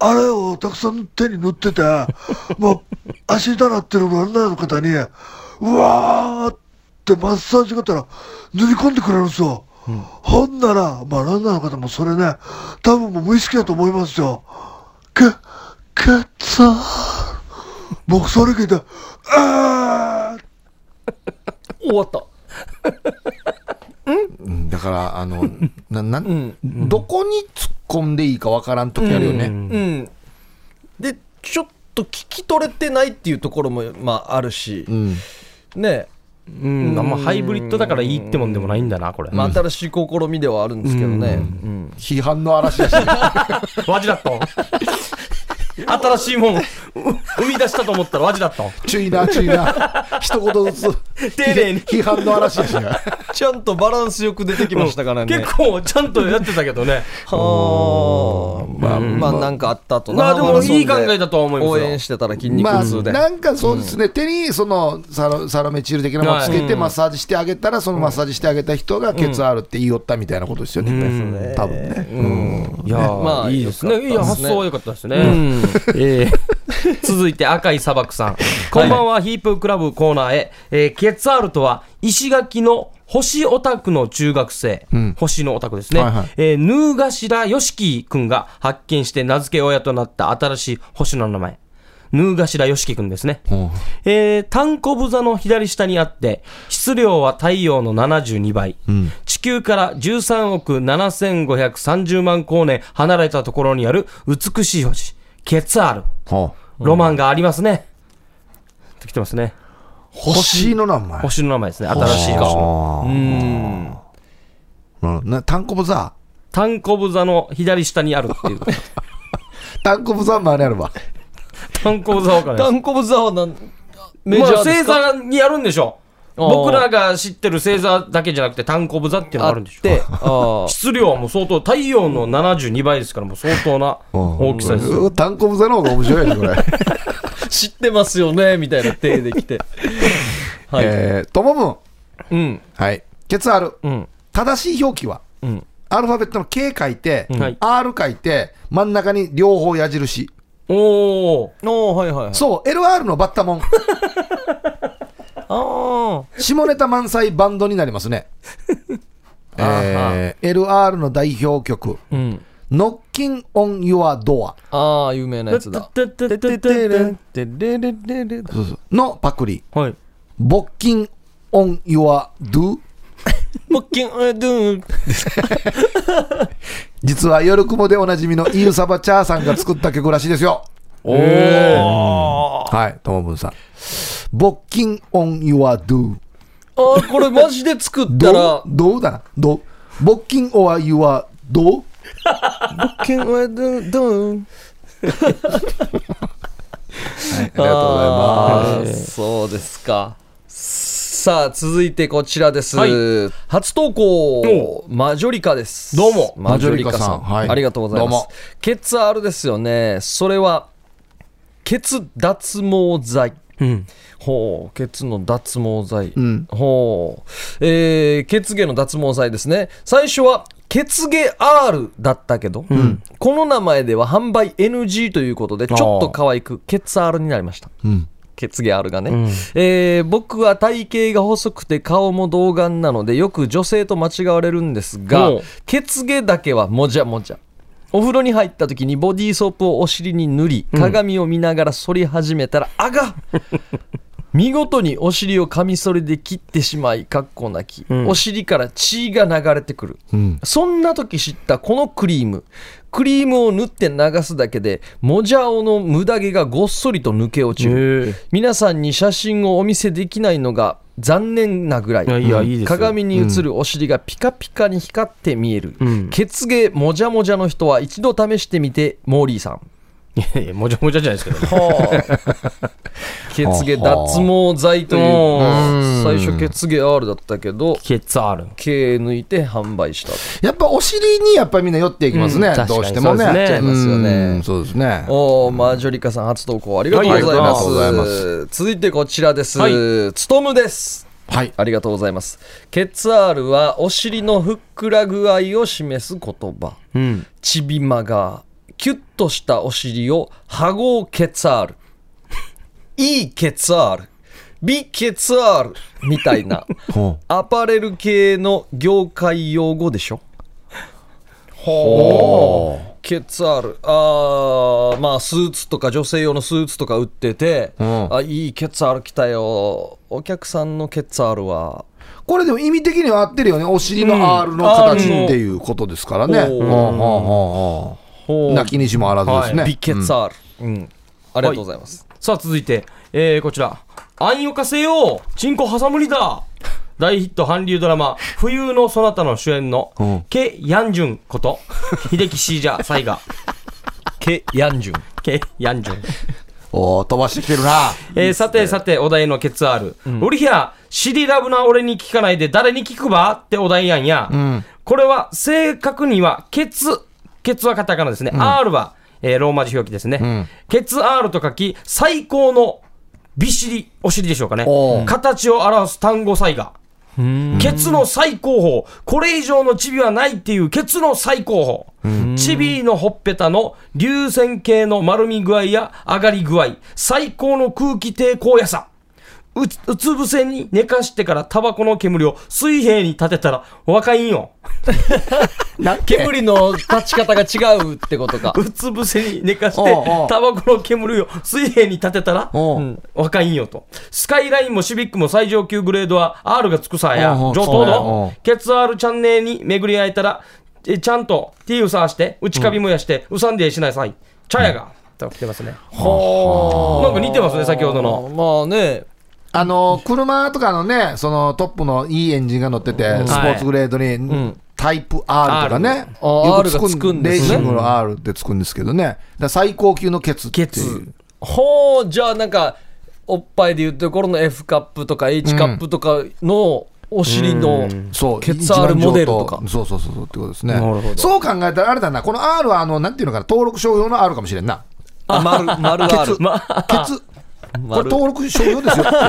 Speaker 6: あれをたくさん手に塗ってて、 もう、足痛なってるランナーの方に、うわーってマッサージ方ら塗り込んでくれるんですよ。ほんなら、まあ、ランナーの方もそれね、多分もう無意識だと思いますよ。け、けっつぁー僕それ聞いて、あー
Speaker 1: 終わった。
Speaker 3: うんだから、あの、な、なん、どこに突っ込んでいいかわからん時あるよね。
Speaker 1: うん。で、ちょっと聞き取れてないっていうところも、まあ、あるし
Speaker 3: う、ん。
Speaker 1: ねえ
Speaker 2: うん。あんまハイブリッドだからいいってもんでもないんだな、こ れ。
Speaker 1: まあ、新しい試みではあるんですけどね。うん
Speaker 3: 批判の嵐 だし。
Speaker 2: ワジラットン。新しいもん、う生み出したと思ったらワジラットン。
Speaker 3: 注意な、注意な。一言ずつ。
Speaker 2: 丁寧に
Speaker 3: 批判の嵐 だしな。
Speaker 1: ちゃんとバランスよく出てきましたからね。
Speaker 2: 結構ちゃんとやってたけどね。
Speaker 1: はあ、まあ、まあ、なんかあったと。
Speaker 2: まあでも
Speaker 1: 生マラソン
Speaker 2: いい考えだとは思いますよ
Speaker 1: 応援してたら筋肉
Speaker 3: まあ、
Speaker 1: 痛で。
Speaker 3: なんかそうですね、手にそのサロサロメチル的なものつけて、マッサージしてあげたら、そのマッサージしてあげた人がケツあるって言いよったみたいなことですよね、多分ね。
Speaker 2: いやー
Speaker 1: まあ
Speaker 2: いいです
Speaker 1: よか
Speaker 2: ね。
Speaker 1: ったですね
Speaker 2: いや、発想は良かったですね。えー続いて、赤い砂漠さん。こんばんは、ヒープークラブコーナーへ。えーケツアールとは、石垣の星オタクの中学生、星のオタクですね。
Speaker 3: はいはい
Speaker 2: えー、ヌーガシラヨシキ君が発見して名付け親となった新しい星の名前。ヌーガシラヨシキ君ですね。えー、単コブ座の左下にあって、質量は太陽の72倍、地球から13億7530万光年離れたところにある美しい星、ケツアール。
Speaker 3: は
Speaker 2: ロマンがありますね。って来てますね。
Speaker 3: あ星の名前。
Speaker 2: 星の名前ですね。新しい星の。
Speaker 3: うんなタンコブザ
Speaker 2: 単コブ座の左下にある っていう。
Speaker 3: タンコブザもあれやるわ。
Speaker 2: 単コブ座わかんない
Speaker 1: タンコブザはなんメジ
Speaker 2: ま
Speaker 1: ャ
Speaker 2: あ、
Speaker 1: ーで
Speaker 2: 星
Speaker 1: すか、
Speaker 2: 座にあるんでしょ。
Speaker 1: あー
Speaker 2: 僕らが知ってる星座だけじゃなくて、単コブ座っていうのがあるんでしょ。
Speaker 1: って、あ
Speaker 2: 質量はもう相当、太陽の72倍ですから、もう相当な大きさですよ。
Speaker 3: うんタンコブザの方が面白いね、これ。
Speaker 1: あ知ってますよね、みたいな手できて。はい。
Speaker 3: えーともぶ
Speaker 1: う
Speaker 3: ん。
Speaker 1: ん。
Speaker 3: はい。ケツある。
Speaker 1: ん
Speaker 3: 正しい表記は、アルファベットの K 書いて、
Speaker 2: はい
Speaker 3: R 書いて、真ん中に両方矢印。
Speaker 2: おお。
Speaker 1: おー、はいはいはい。
Speaker 3: そう、LR のバッタモン。
Speaker 1: あ
Speaker 3: 下ネタ満載バンドになりますね。えー LR の代表曲、
Speaker 1: あ。うん。
Speaker 3: ノッキンオンユアドア
Speaker 1: ああ、有名なやつだ。
Speaker 3: のパクリ、
Speaker 2: はい。
Speaker 3: ボッキンオンユアドゥ、
Speaker 1: もっきん、え、ドゥン。
Speaker 3: 実は夜雲でおなじみのイルサバチャーさんが作った曲らしいですよ。
Speaker 2: おお。
Speaker 3: はい、ともぶんさん。ボッキンオンユアドゥ、
Speaker 1: ああ、これマジで作った
Speaker 3: ド
Speaker 1: ら
Speaker 3: ゥ、、ドゥだな、ドゥ。ボッキンオアユアドゥ、
Speaker 1: けん、え、ドゥン、 ドゥン。
Speaker 3: ありがとうございます。
Speaker 1: あーそうですか。さあ、続いてこちらです。
Speaker 2: はい
Speaker 1: 初投稿、マジョリカです。
Speaker 2: どうも
Speaker 1: マジョリカさん。
Speaker 3: マジョリカさんはい
Speaker 1: ありがとうございます。
Speaker 3: どうも
Speaker 1: ケツあるですよね。それは、ケツ脱毛剤。
Speaker 2: うん。
Speaker 1: ほう、ケツの脱毛剤。ほう、えー、ケツ毛の脱毛剤ですね。最初は、ケツ毛 R だったけど、この名前では販売 NG ということで、ちょっと可愛く、ケツ R になりました。血芸あるがね、えー僕は体型が細くて顔も童顔なのでよく女性と間違われるんですが
Speaker 2: おう
Speaker 1: 血芸だけはもじゃもじゃお風呂に入った時にボディーソープをお尻に塗り鏡を見ながら反り始めたら、あが見事にお尻をカミソリで切ってしまいかっこなき、
Speaker 2: ん
Speaker 1: お尻から血が流れてくる、そんな時知ったこのクリームクリームを塗って流すだけでもじゃおのムダ毛がごっそりと抜け落ちる、
Speaker 2: え
Speaker 1: 皆さんに写真をお見せできないのが残念なぐらい
Speaker 2: いやいやいいですよ
Speaker 1: 鏡に映るお尻がピカピカに光って見える、
Speaker 2: うん
Speaker 1: 血芸もじゃもじゃの人は一度試してみてモーリーさん
Speaker 2: いやいやもじゃもじゃじゃないですけど
Speaker 1: 血芸脱毛剤という
Speaker 2: は
Speaker 1: 最初血芸 R だったけど
Speaker 2: ケツある
Speaker 1: K 抜いて販売した
Speaker 3: やっぱお尻にやっぱみんな寄っていきますね、
Speaker 2: うん確か
Speaker 3: ど
Speaker 2: に
Speaker 3: うしてもね。
Speaker 2: そうですね
Speaker 3: うんそうですね。
Speaker 1: おーマジョリカさん初投稿ありがとうござい
Speaker 2: はいあり
Speaker 1: ま
Speaker 2: が
Speaker 1: す,、
Speaker 3: とうございま
Speaker 1: 続いてこちらです、
Speaker 2: はい
Speaker 1: つとむです
Speaker 3: はい。
Speaker 1: ありがとうございますケツ R はお尻のふっくら具合を示す言葉
Speaker 2: うん
Speaker 1: ちびまがキュッとしたお尻をハゴーケツ R いいケツ R 美ケツ R みたい なアパレル系の業界用語でしょほうケツ R あーまあスーツとか女性用のスーツとか売ってて、
Speaker 3: ん
Speaker 1: あいいケツ R 来たよお客さんのケツ R は
Speaker 3: これでも意味的には合ってるよね。お尻の R の形っていうことですからね。
Speaker 1: うん
Speaker 3: うんうんうんうん
Speaker 1: ほ
Speaker 3: 泣きにしもあらずですね。
Speaker 1: 美ケツ R、うんありがとうございます、
Speaker 2: さあ続いて、えー、こちら「暗夜かせよチンコ挟むりだ」大ヒット韓流ドラ マ「冬のそなた」の主演の、ケ・ヤンジュンこと秀樹シージャ・サイガ
Speaker 1: ケ・ヤンジュン
Speaker 2: ケ・ヤンジュン
Speaker 3: おー飛ばしてきてるな。
Speaker 2: えーさてさてお題のケツ R、オリヒャシリラブな俺に聞かないで誰に聞くばってお題やんや、これは正確にはケツケツはカタカナですね、R は、えーローマ字表記ですね、ケツ R と書き最高のビシリお尻でしょうかね
Speaker 3: おー
Speaker 2: 形を表す単語才がケツの最高峰これ以上のチビはないっていうケツの最高峰チビのほっぺたの流線形の丸み具合や上がり具合最高の空気抵抗やさうつうつ伏せに寝かしてからタバコの煙を水平に立てたら若いんよ
Speaker 3: なんて
Speaker 1: 煙の立ち方が違うってことか
Speaker 2: うつ伏せに寝かして
Speaker 3: おうおう
Speaker 2: タバコの煙を水平に立てたら
Speaker 3: おう
Speaker 2: うん若いんよとスカイラインもシビックも最上級グレードは R がつくさや
Speaker 3: おうおう
Speaker 2: 上
Speaker 3: そ
Speaker 2: 等
Speaker 3: うねお
Speaker 2: の
Speaker 3: う
Speaker 2: ケツ R チャンネルに巡り合えたらえちゃんと T を探して内カビ燃やしてうさんでしないさい茶屋がと来てますねなんか似てますね先ほどの
Speaker 1: まあね
Speaker 3: あの車とかのね、そのトップのいいエンジンが乗ってて、スポーツグレードに、タイプ R とかね、
Speaker 1: R あ
Speaker 3: よ
Speaker 1: R がつくんですね
Speaker 3: レーシングの R ってつくんですけどね、だから最高級のケツっていう。
Speaker 2: ケツ
Speaker 1: ほうじゃあなんかおっぱいで言うところの F カップとか H カップとかのお尻の
Speaker 3: そう
Speaker 1: ケツ R モデルとか
Speaker 3: 一番上等そうそうそうそうってことですね
Speaker 2: なるほど
Speaker 3: そう考えたらあれだなこの R はあのなんていうのかな登録商用の R かもしれんな
Speaker 1: あ丸丸
Speaker 3: ケ
Speaker 1: R
Speaker 3: ツケツこれ
Speaker 1: 丸
Speaker 3: 登録商用ですよってい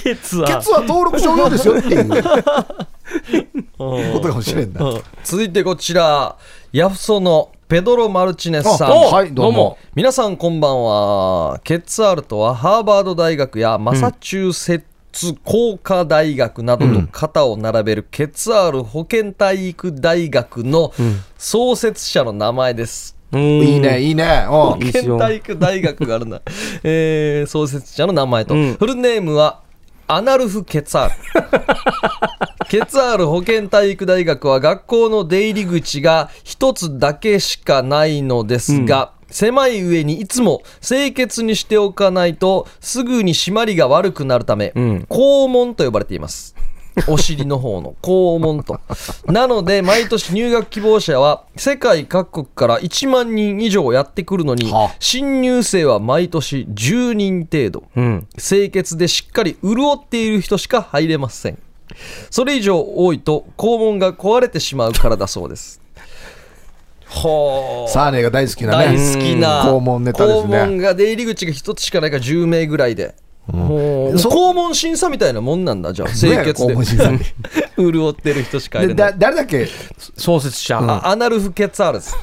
Speaker 2: ケツ
Speaker 3: ケ
Speaker 2: R
Speaker 3: ツは登録商用ですよっていうことかもしれんな
Speaker 1: 続いてこちらヤフソのペドロ・マルチネスさん
Speaker 3: あはいどうも
Speaker 1: 皆さんこんばんはケッツアルトはハーバード大学やマサチューセッツ工科大学などと肩を並べるケッツアール保健体育大学の創設者の名前です。
Speaker 3: いいねいいねうん
Speaker 2: いいっ
Speaker 1: 保
Speaker 2: す
Speaker 1: 健
Speaker 2: よ
Speaker 1: 体育大学があるな、 えー創設者の名前と、
Speaker 2: うん
Speaker 1: フルネームはアナルフ・ケツ アールケツアール保健体育大学は学校の出入り口が一つだけしかないのですが、狭い上にいつも清潔にしておかないとすぐに締まりが悪くなるため、
Speaker 2: ん
Speaker 1: 肛門と呼ばれています。お尻の方の肛門と。なので、毎年入学希望者は世界各国から1万人以上やってくるのに
Speaker 3: はあ、
Speaker 1: 新入生は毎年10人程度。
Speaker 2: うん
Speaker 1: 清潔でしっかり潤っている人しか入れませんそれ以上多いと肛門が壊れてしまうからだそうですはあ
Speaker 3: サーネが大好きな
Speaker 1: 大
Speaker 3: ね
Speaker 1: 好きな
Speaker 3: うん肛門ネタですね
Speaker 1: 肛門が出入り口が一つしかないから10名ぐらいでもう
Speaker 3: そ
Speaker 1: 肛門審査みたいなもんなんだじゃあ
Speaker 3: どうや
Speaker 1: 清潔で
Speaker 3: 肛門審査
Speaker 1: 潤ってる人しかい
Speaker 3: で
Speaker 1: れな
Speaker 3: だ
Speaker 1: い
Speaker 3: 誰だっけ
Speaker 2: 創設者。
Speaker 1: あアナルフケツァールです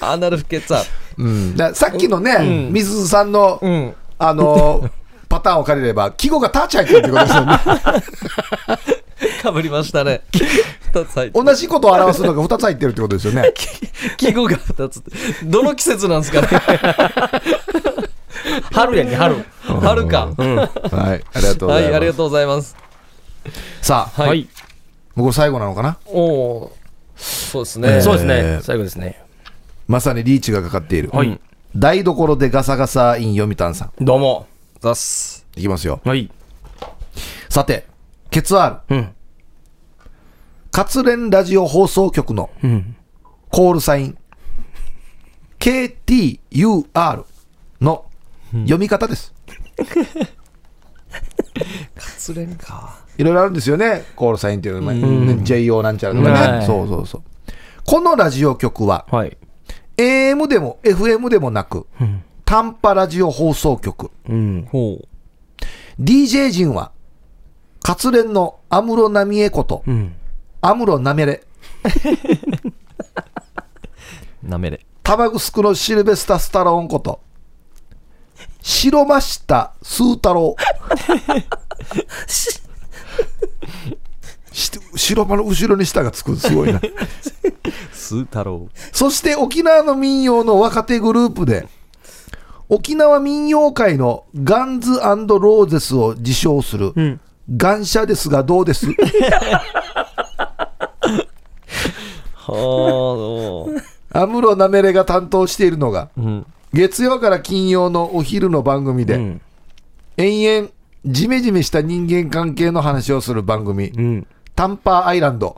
Speaker 1: アナルフケツァー
Speaker 3: ださっきのね、水津さんの、
Speaker 1: ルうん
Speaker 3: あの ーパターンを借りれば、季語がターチャイってことですよね。
Speaker 1: かぶりました ね二つ入って
Speaker 3: 同じことを表すのが2つ入ってるってことですよ ね。
Speaker 1: 季語が二つってどの季節なんです かね
Speaker 2: 春やね、春。
Speaker 1: 春か、
Speaker 3: はい、ありがとうご
Speaker 1: は
Speaker 3: ざい
Speaker 1: いあ
Speaker 3: ま
Speaker 1: り
Speaker 3: す
Speaker 1: が。とうございます
Speaker 3: さあ、
Speaker 1: はい
Speaker 2: はい。
Speaker 3: もうこれ最後なのかな
Speaker 1: おおーそうですね、
Speaker 2: そうですね
Speaker 3: え。
Speaker 2: 最後ですね。
Speaker 3: まさにリーチがかかっている。
Speaker 2: はい。
Speaker 3: 台所でガサガサイン読谷さん。
Speaker 2: どうも。
Speaker 1: ざっす
Speaker 3: いきますよ。
Speaker 2: はい。
Speaker 3: さて、ケツアール。
Speaker 2: うん
Speaker 3: 活連ラジオ放送局のコールサイン、KTUR の読み方です。
Speaker 1: つれんか
Speaker 3: いろいろあるんですよね、コールサインっていうの
Speaker 2: う
Speaker 3: も、JO なんちゃらとか
Speaker 2: は
Speaker 3: ね。
Speaker 2: い
Speaker 3: そうそうそう。このラジオ局は、
Speaker 2: はい。
Speaker 3: AM でも FM でもなく、短波ラジオ放送局。
Speaker 2: うん。
Speaker 1: ほう
Speaker 3: DJ 陣は、活連の安室奈美恵こと、
Speaker 2: うん。
Speaker 3: 安室なめれ、
Speaker 1: なめれ
Speaker 3: タバグスクのシルベスタ・スタローンこと、白マシタ・スー太郎。し白間の後ろに下がつく、すごいな。
Speaker 1: スー太郎
Speaker 3: そして沖縄の民謡の若手グループで、沖縄民謡界のガンズローゼスを自称する、ガンシャですがどうです
Speaker 1: はあどう
Speaker 3: アムロナメレが担当しているのが、
Speaker 1: ん
Speaker 3: 月曜から金曜のお昼の番組で、
Speaker 2: ん
Speaker 3: 延々ジメジメした人間関係の話をする番組、
Speaker 2: うん。
Speaker 3: タンパーアイランド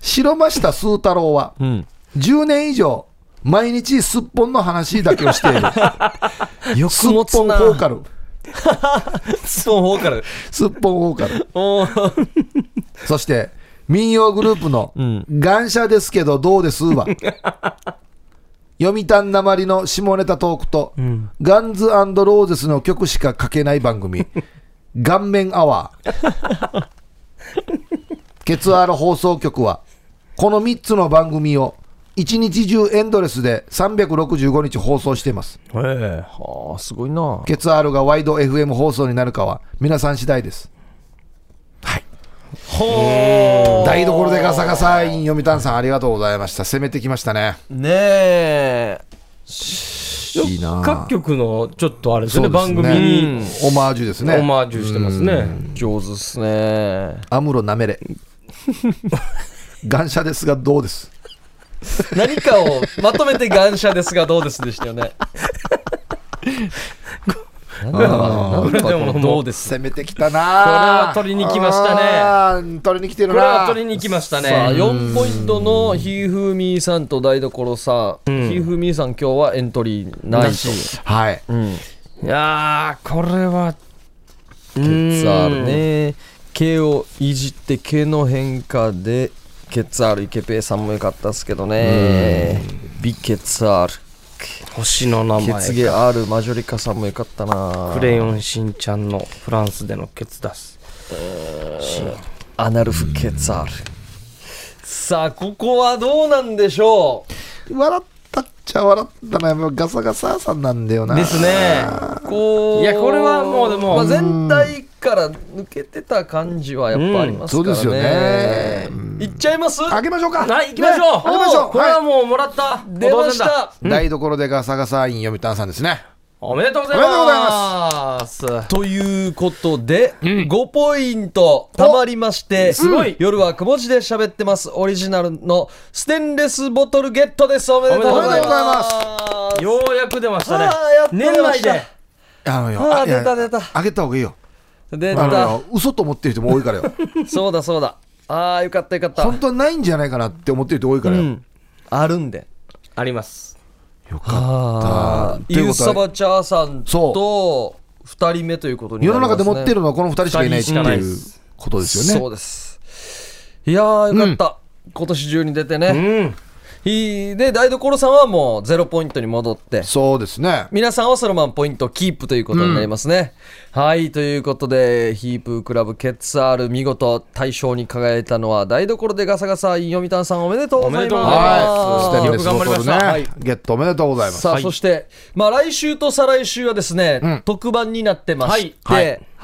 Speaker 3: 白間下数太郎は、
Speaker 1: ん
Speaker 3: 10年以上毎日すっぽんの話だけをしている
Speaker 1: よ
Speaker 3: すっぽんフォーカル
Speaker 1: スポンフォーカル
Speaker 3: すっぽんフォーカル
Speaker 1: おー
Speaker 3: そして民謡グループの
Speaker 1: ん
Speaker 3: 「ガンシャですけどどうです?」 は読谷なまりの下ネタトークと、ガンズローゼスの曲しか書けない番組「顔面アワー」 ケツアール放送局はこの3つの番組を一日中エンドレスで365日放送しています
Speaker 2: え
Speaker 1: はあすごいな
Speaker 3: ケツアールがワイド FM 放送になるかは皆さん次第です
Speaker 1: ほ
Speaker 3: 台所でガサガサイン読谷さんありがとうございました攻めてきましたね
Speaker 1: うねえ
Speaker 3: いいな
Speaker 2: え。
Speaker 3: あ
Speaker 2: 各局の、ちょっとあれですよね、
Speaker 3: そう
Speaker 2: 番
Speaker 3: ですね
Speaker 2: 組に
Speaker 3: オマージュですね
Speaker 2: オマージュしてますね。
Speaker 1: 上手っすね
Speaker 3: アムロなめれ 感謝ですがどうです
Speaker 1: 何かをまとめて感謝ですがどうですでしたよ ねなんだろうななんかこのどうです
Speaker 3: 攻めてきたなこれ
Speaker 2: は取りに来ましたね
Speaker 3: ね取りに来て
Speaker 2: こ
Speaker 3: る
Speaker 2: れ
Speaker 3: な
Speaker 2: は取りに行きました
Speaker 1: さあ
Speaker 2: ね。
Speaker 1: 4ポイントのひーふーみーさんと台所さん、ひーふーみーさん今日はエントリーないと
Speaker 3: はい、
Speaker 2: いやー、これは、
Speaker 1: ケツア
Speaker 2: ケ
Speaker 1: ールね毛をいじって毛の変化でケツアールイケペイさんも良かったっすけどねビケツアー
Speaker 2: 星の名
Speaker 1: ルケツ
Speaker 2: 前。
Speaker 1: ゲアールマジョリカさんも良かったな
Speaker 2: クレヨンしんちゃんのフランスでのケツ出す。シーン
Speaker 1: アナルフケツアールさあここはどうなんでしょ
Speaker 3: 笑ったっちゃ笑ったなやっぱガサガサさんなんだよな
Speaker 2: ですね。
Speaker 1: うこう
Speaker 2: いやこれはもうでも
Speaker 1: まあ、全体から抜けてた感じはやっぱありますからね、
Speaker 3: うんそうですよね
Speaker 1: いっちゃいます
Speaker 3: あげましょうか
Speaker 2: はい、行きましょう。
Speaker 3: ねあげましょう
Speaker 2: これは
Speaker 3: は
Speaker 2: もうもらった。
Speaker 1: 出まし
Speaker 2: お父さんだ。
Speaker 1: た
Speaker 3: い台所でガサガサイン読谷さんですね
Speaker 2: おめでとうござい
Speaker 3: おめでとうござい
Speaker 2: ます。
Speaker 1: ということで、5ポイントたまりまして、
Speaker 2: すごい
Speaker 1: うん夜はくも字で喋ってますオリジナルのステンレスボトルゲットですおめでとうございます
Speaker 2: ようやく出ましたね
Speaker 1: あーやっ。と
Speaker 2: 年
Speaker 1: 出ま
Speaker 2: 内
Speaker 1: した
Speaker 2: で。
Speaker 3: あのよ
Speaker 1: あー
Speaker 3: いや
Speaker 1: 出た出た
Speaker 3: あげた方がいいよ
Speaker 1: 出
Speaker 3: あの
Speaker 1: た
Speaker 3: よ嘘と思ってる人も多いからよ
Speaker 1: そうだそうだああよかったよかった
Speaker 3: 本当はないんじゃないかなって思ってる人多いからよ、
Speaker 1: うんあるんで
Speaker 2: あります。
Speaker 3: よかったとい
Speaker 1: ユ
Speaker 3: う
Speaker 1: ー
Speaker 3: ことは
Speaker 1: サバチャーさんと2人目ということにな
Speaker 3: 世
Speaker 1: り
Speaker 3: の
Speaker 1: ます、ね、
Speaker 3: 中で持ってるのはこの2人しかいないって
Speaker 2: 二人しかない
Speaker 3: い
Speaker 2: で
Speaker 3: う
Speaker 2: す
Speaker 3: ことですよ
Speaker 1: そ
Speaker 3: ね。
Speaker 1: うですいやーよかった、今年中に出てね、
Speaker 2: うん。
Speaker 1: いいいで、台所さんはもうゼロポイントに戻って、
Speaker 3: そうですね。
Speaker 1: 皆さんはそのままポイントキープということになりますね。はい、ということで、ヒープークラブケッツアール見事大賞に輝いたのは台所でガサガサイン読谷さんおめでとうございます。
Speaker 2: おめでとうござい
Speaker 3: はい。ス
Speaker 2: ます
Speaker 3: テンレ
Speaker 2: よく
Speaker 3: ス
Speaker 2: 頑
Speaker 3: ボ
Speaker 2: 張りま
Speaker 3: トル
Speaker 2: したはい
Speaker 3: ね。ゲットおめでとうございます。
Speaker 1: さあ、そして、まあ、来週と再来週はですね、
Speaker 3: ん
Speaker 1: 特番になってまして、は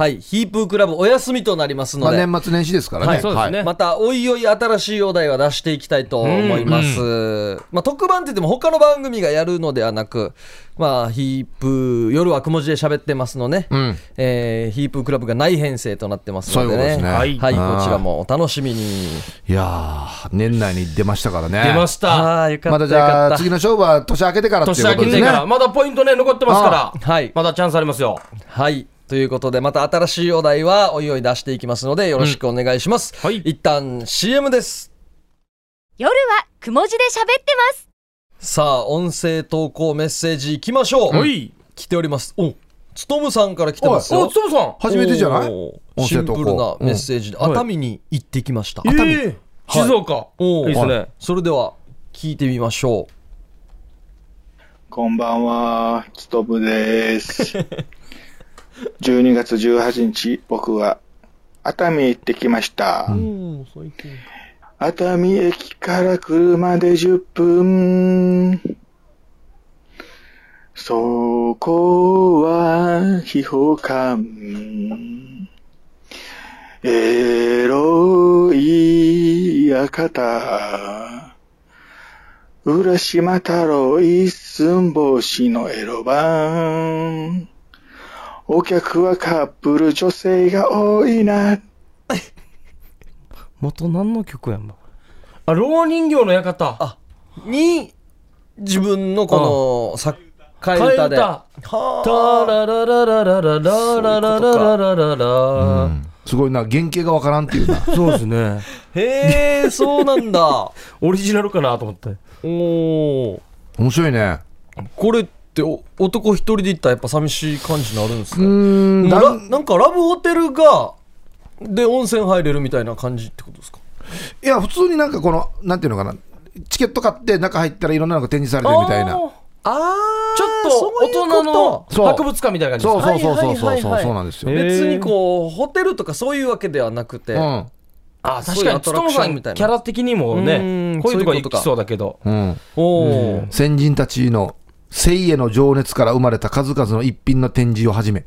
Speaker 3: はいい
Speaker 1: ヒープークラブお休みとなります
Speaker 3: ま
Speaker 1: の
Speaker 3: あ
Speaker 1: で、
Speaker 3: 年末年始ですから
Speaker 2: は
Speaker 3: ね。
Speaker 2: い、そう ですね。
Speaker 1: またおいおい新しいお題は出していきたいと思います、まあ、特番って言っても他の番組がやるのではなく、まあ、ヒープー夜はくも字で喋ってますのね、
Speaker 3: ん
Speaker 1: えーヒープークラブがない編成となってますのでね
Speaker 3: そういうことですね
Speaker 1: はい
Speaker 2: はい
Speaker 1: こちらもお楽しみに
Speaker 3: いやー、年内に出ましたからね。
Speaker 2: 出ました。
Speaker 1: あーよかっ
Speaker 3: ま
Speaker 1: た
Speaker 3: た
Speaker 1: よ
Speaker 3: じゃ
Speaker 1: か
Speaker 3: あ、
Speaker 1: った
Speaker 3: 次の勝負は年明けてからってい
Speaker 2: 年
Speaker 3: うこ
Speaker 2: 明け
Speaker 3: とです
Speaker 2: て
Speaker 3: ね
Speaker 2: か。ら、まだポイントね、残ってますから。
Speaker 1: はい
Speaker 2: まだチャンスありますよ。
Speaker 1: はい。ということで、また新しいお題はおいおい出していきますので、よろしくお願いします。
Speaker 2: はい
Speaker 1: 一旦 CM です。
Speaker 4: 夜はくも字で喋ってます。
Speaker 1: さあ、音声投稿メッセージいきましょう。
Speaker 2: おい。
Speaker 1: 来ております。おつとむさんから来てますよ。
Speaker 2: お、つとむさん。
Speaker 3: 初めてじゃない
Speaker 1: お
Speaker 3: 音
Speaker 1: シ
Speaker 3: 声
Speaker 1: ンプ
Speaker 3: 投稿
Speaker 1: ルなメッセージで、
Speaker 2: ん
Speaker 1: 熱海に行ってきました。
Speaker 2: 熱海。静岡。
Speaker 1: お
Speaker 2: いいですね。
Speaker 1: それでは、聞いてみましょう。
Speaker 7: こんばんは、つとぶです。12月18日、僕は熱海へ行ってきました。熱海駅から車で10分。そこは秘宝館。エロい館。浦島太郎一寸法師のエロ版。お客はカップル女性が多いな。
Speaker 2: 元何の曲やんば。あ、老人形の館。あ、
Speaker 1: に、自分のこの、さ、替え
Speaker 2: 替え
Speaker 1: 歌で。
Speaker 2: 歌。タララララララララララララララ
Speaker 3: すごいな、原型がわからんっていうな。
Speaker 2: そうですね。
Speaker 1: へえ、そうなんだ。
Speaker 2: オリジナルかなと思って。
Speaker 1: おー。
Speaker 3: 面白いね。
Speaker 1: これってお男一人で行ったらやっぱ寂しい感じになるんですか
Speaker 3: うーん、
Speaker 1: もう
Speaker 3: だ
Speaker 1: ラなんかラブホテルがで温泉入れるみたいな感じってことですか
Speaker 3: いや、普通になんかこの、なんていうのかな。チケット買って中入ったらいろんなのが展示されてるみたいな。
Speaker 1: あ
Speaker 2: ちょっと大人の
Speaker 3: そう
Speaker 2: 博物館みたいな感じ
Speaker 3: そう
Speaker 2: ですか
Speaker 3: そうそうそう
Speaker 1: は
Speaker 3: そ
Speaker 1: いうはいはいはい
Speaker 3: そうなんですよ。
Speaker 2: へー
Speaker 1: 別にこうホテルとかそういうわけではなくて、
Speaker 3: うん。
Speaker 2: あ確かに、つともさん、キャラ的にも
Speaker 1: う
Speaker 2: ね
Speaker 1: ん、
Speaker 2: こうい
Speaker 1: そういう
Speaker 2: うとこに
Speaker 1: こと
Speaker 2: 行
Speaker 1: か
Speaker 2: きそうだけど。
Speaker 3: うん。
Speaker 1: おー
Speaker 3: 先人たちの生への情熱から生まれた数々の一品の展示をはじめ、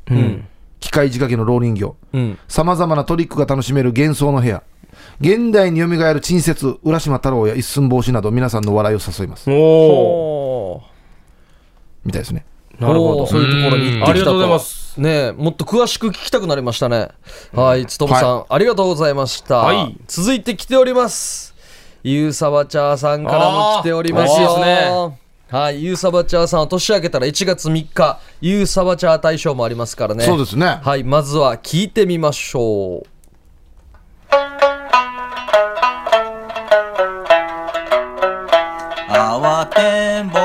Speaker 3: 機械仕掛けの老人形
Speaker 1: うん
Speaker 3: さまざまなトリックが楽しめる幻想の部屋現代によみがえる珍説浦島太郎や一寸法師など皆さんの笑いを誘います
Speaker 2: おお
Speaker 1: お
Speaker 3: みたいですね
Speaker 1: ー
Speaker 2: なるほ
Speaker 1: お
Speaker 2: ど
Speaker 1: ーそういうところに行ってきたと
Speaker 2: ありがとうございます
Speaker 1: ねえもっと詳しく聞きたくなりましたねはいつともさん、ありがとうございました、
Speaker 2: はい
Speaker 1: 続いて来ておりますゆうさばちゃーさんからも来ております
Speaker 2: あー嬉しいです
Speaker 1: よはい、ゆうさばちゃーさんは年明けたら1月3日、ゆうさばちゃー大賞もありますからね。
Speaker 3: そうですね
Speaker 1: はい、まずは聞いてみましょう。
Speaker 8: 慌てんぼう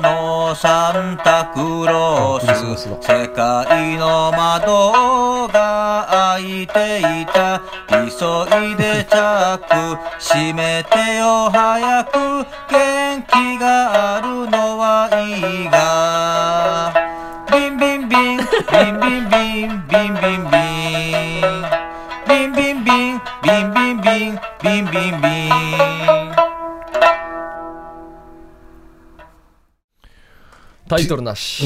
Speaker 8: のサンタクロース世界の窓が開いていた急いでチャック閉めてよ早く元気があるのはいいがビンビンビンビンビンビンビンビンビンビンビンビンビンビンビンビンビンビン
Speaker 1: タイトルなし。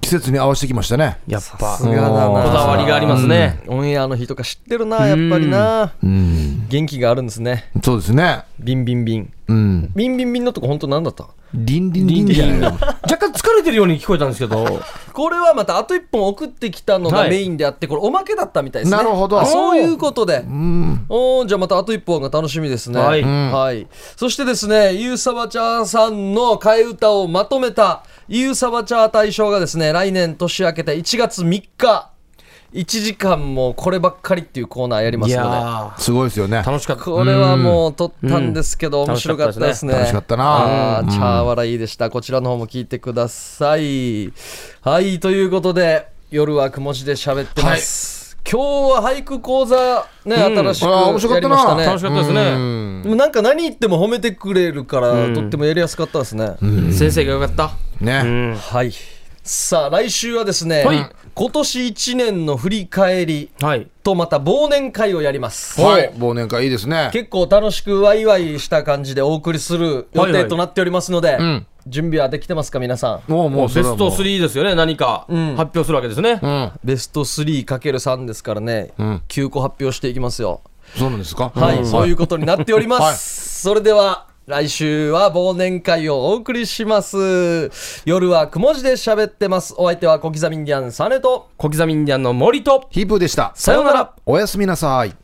Speaker 3: 季節に合わせてきましたね
Speaker 2: やっぱ、
Speaker 1: さすがだな
Speaker 2: こだわりがありますね。
Speaker 1: オンエアの日とか知ってるな、やっぱりな。
Speaker 3: うん
Speaker 1: 元気があるんですね。
Speaker 3: そうですね
Speaker 1: ビンビンビン。
Speaker 3: うん
Speaker 1: ビンビンビンのとこ本当なんだった
Speaker 3: リンリンリンじゃないの
Speaker 2: 若干疲れてるように聞こえたんですけど、
Speaker 1: これはまたあと1本送ってきたのが
Speaker 2: はい
Speaker 1: メインであって、これおまけだったみたいですね。
Speaker 3: なるほど
Speaker 1: あそういうことで。
Speaker 3: うん
Speaker 1: おーじゃあまたあと1本が楽しみですね。
Speaker 2: はい
Speaker 3: うん
Speaker 1: はいそしてですね、ゆうさばちゃーさんの替え歌をまとめた、ゆうさばちゃー大賞がですね、来年年明けて1月3日、1時間もうこればっかりっていうコーナーやりま
Speaker 2: い
Speaker 1: すので。
Speaker 2: や
Speaker 3: すごいですよね
Speaker 2: ー、楽しかった。
Speaker 1: これはもう撮ったんですけど、
Speaker 2: うん
Speaker 1: 面白かったですね。
Speaker 3: 楽しかったな
Speaker 1: あーチャー笑いでした。こちらの方も聞いてください。はい、ということで、夜はくも字で喋ってます。今日は俳句講座ね、
Speaker 2: うん
Speaker 1: 新しく
Speaker 3: あら面白か
Speaker 1: や
Speaker 3: っ
Speaker 1: り
Speaker 3: た
Speaker 1: ました
Speaker 3: な。
Speaker 1: ね。
Speaker 2: 楽しかったですね
Speaker 3: うん
Speaker 1: でもなんか何言っても褒めてくれるから、
Speaker 2: うん
Speaker 1: とってもやりやすかったですね。
Speaker 2: 先生がよかった。
Speaker 3: ね。
Speaker 2: うん。
Speaker 1: はい。さあ、来週はですね、
Speaker 2: はい
Speaker 1: 今年1年の振り返り
Speaker 2: はい。
Speaker 1: とまた忘年会をやります。
Speaker 3: はい。忘年会いいですね。
Speaker 1: 結構楽しくワイワイした感じでお送りする予定となっておりますので、
Speaker 3: ん
Speaker 1: 準備はできてますか、皆さん。
Speaker 3: もうもう
Speaker 2: ベ
Speaker 3: それは
Speaker 2: ス
Speaker 3: も
Speaker 2: ト
Speaker 3: う
Speaker 2: 3ですよね、何か発
Speaker 1: ん
Speaker 2: 表するわけですね。
Speaker 3: うん。
Speaker 1: ベスト 3×3 ですからね、
Speaker 3: ん
Speaker 1: 9個発表していきますよ。
Speaker 3: そうなんですか。
Speaker 1: はい、そういう
Speaker 3: こ
Speaker 1: ことになっております。それでは、来週は忘年会をお送りします。夜はくも字で喋ってます。お相手は小刻みインディアンサネと、
Speaker 2: 小刻みインディアンの森と、
Speaker 3: と。ヒープーでした。
Speaker 1: さようなら。
Speaker 3: おやすみなさい。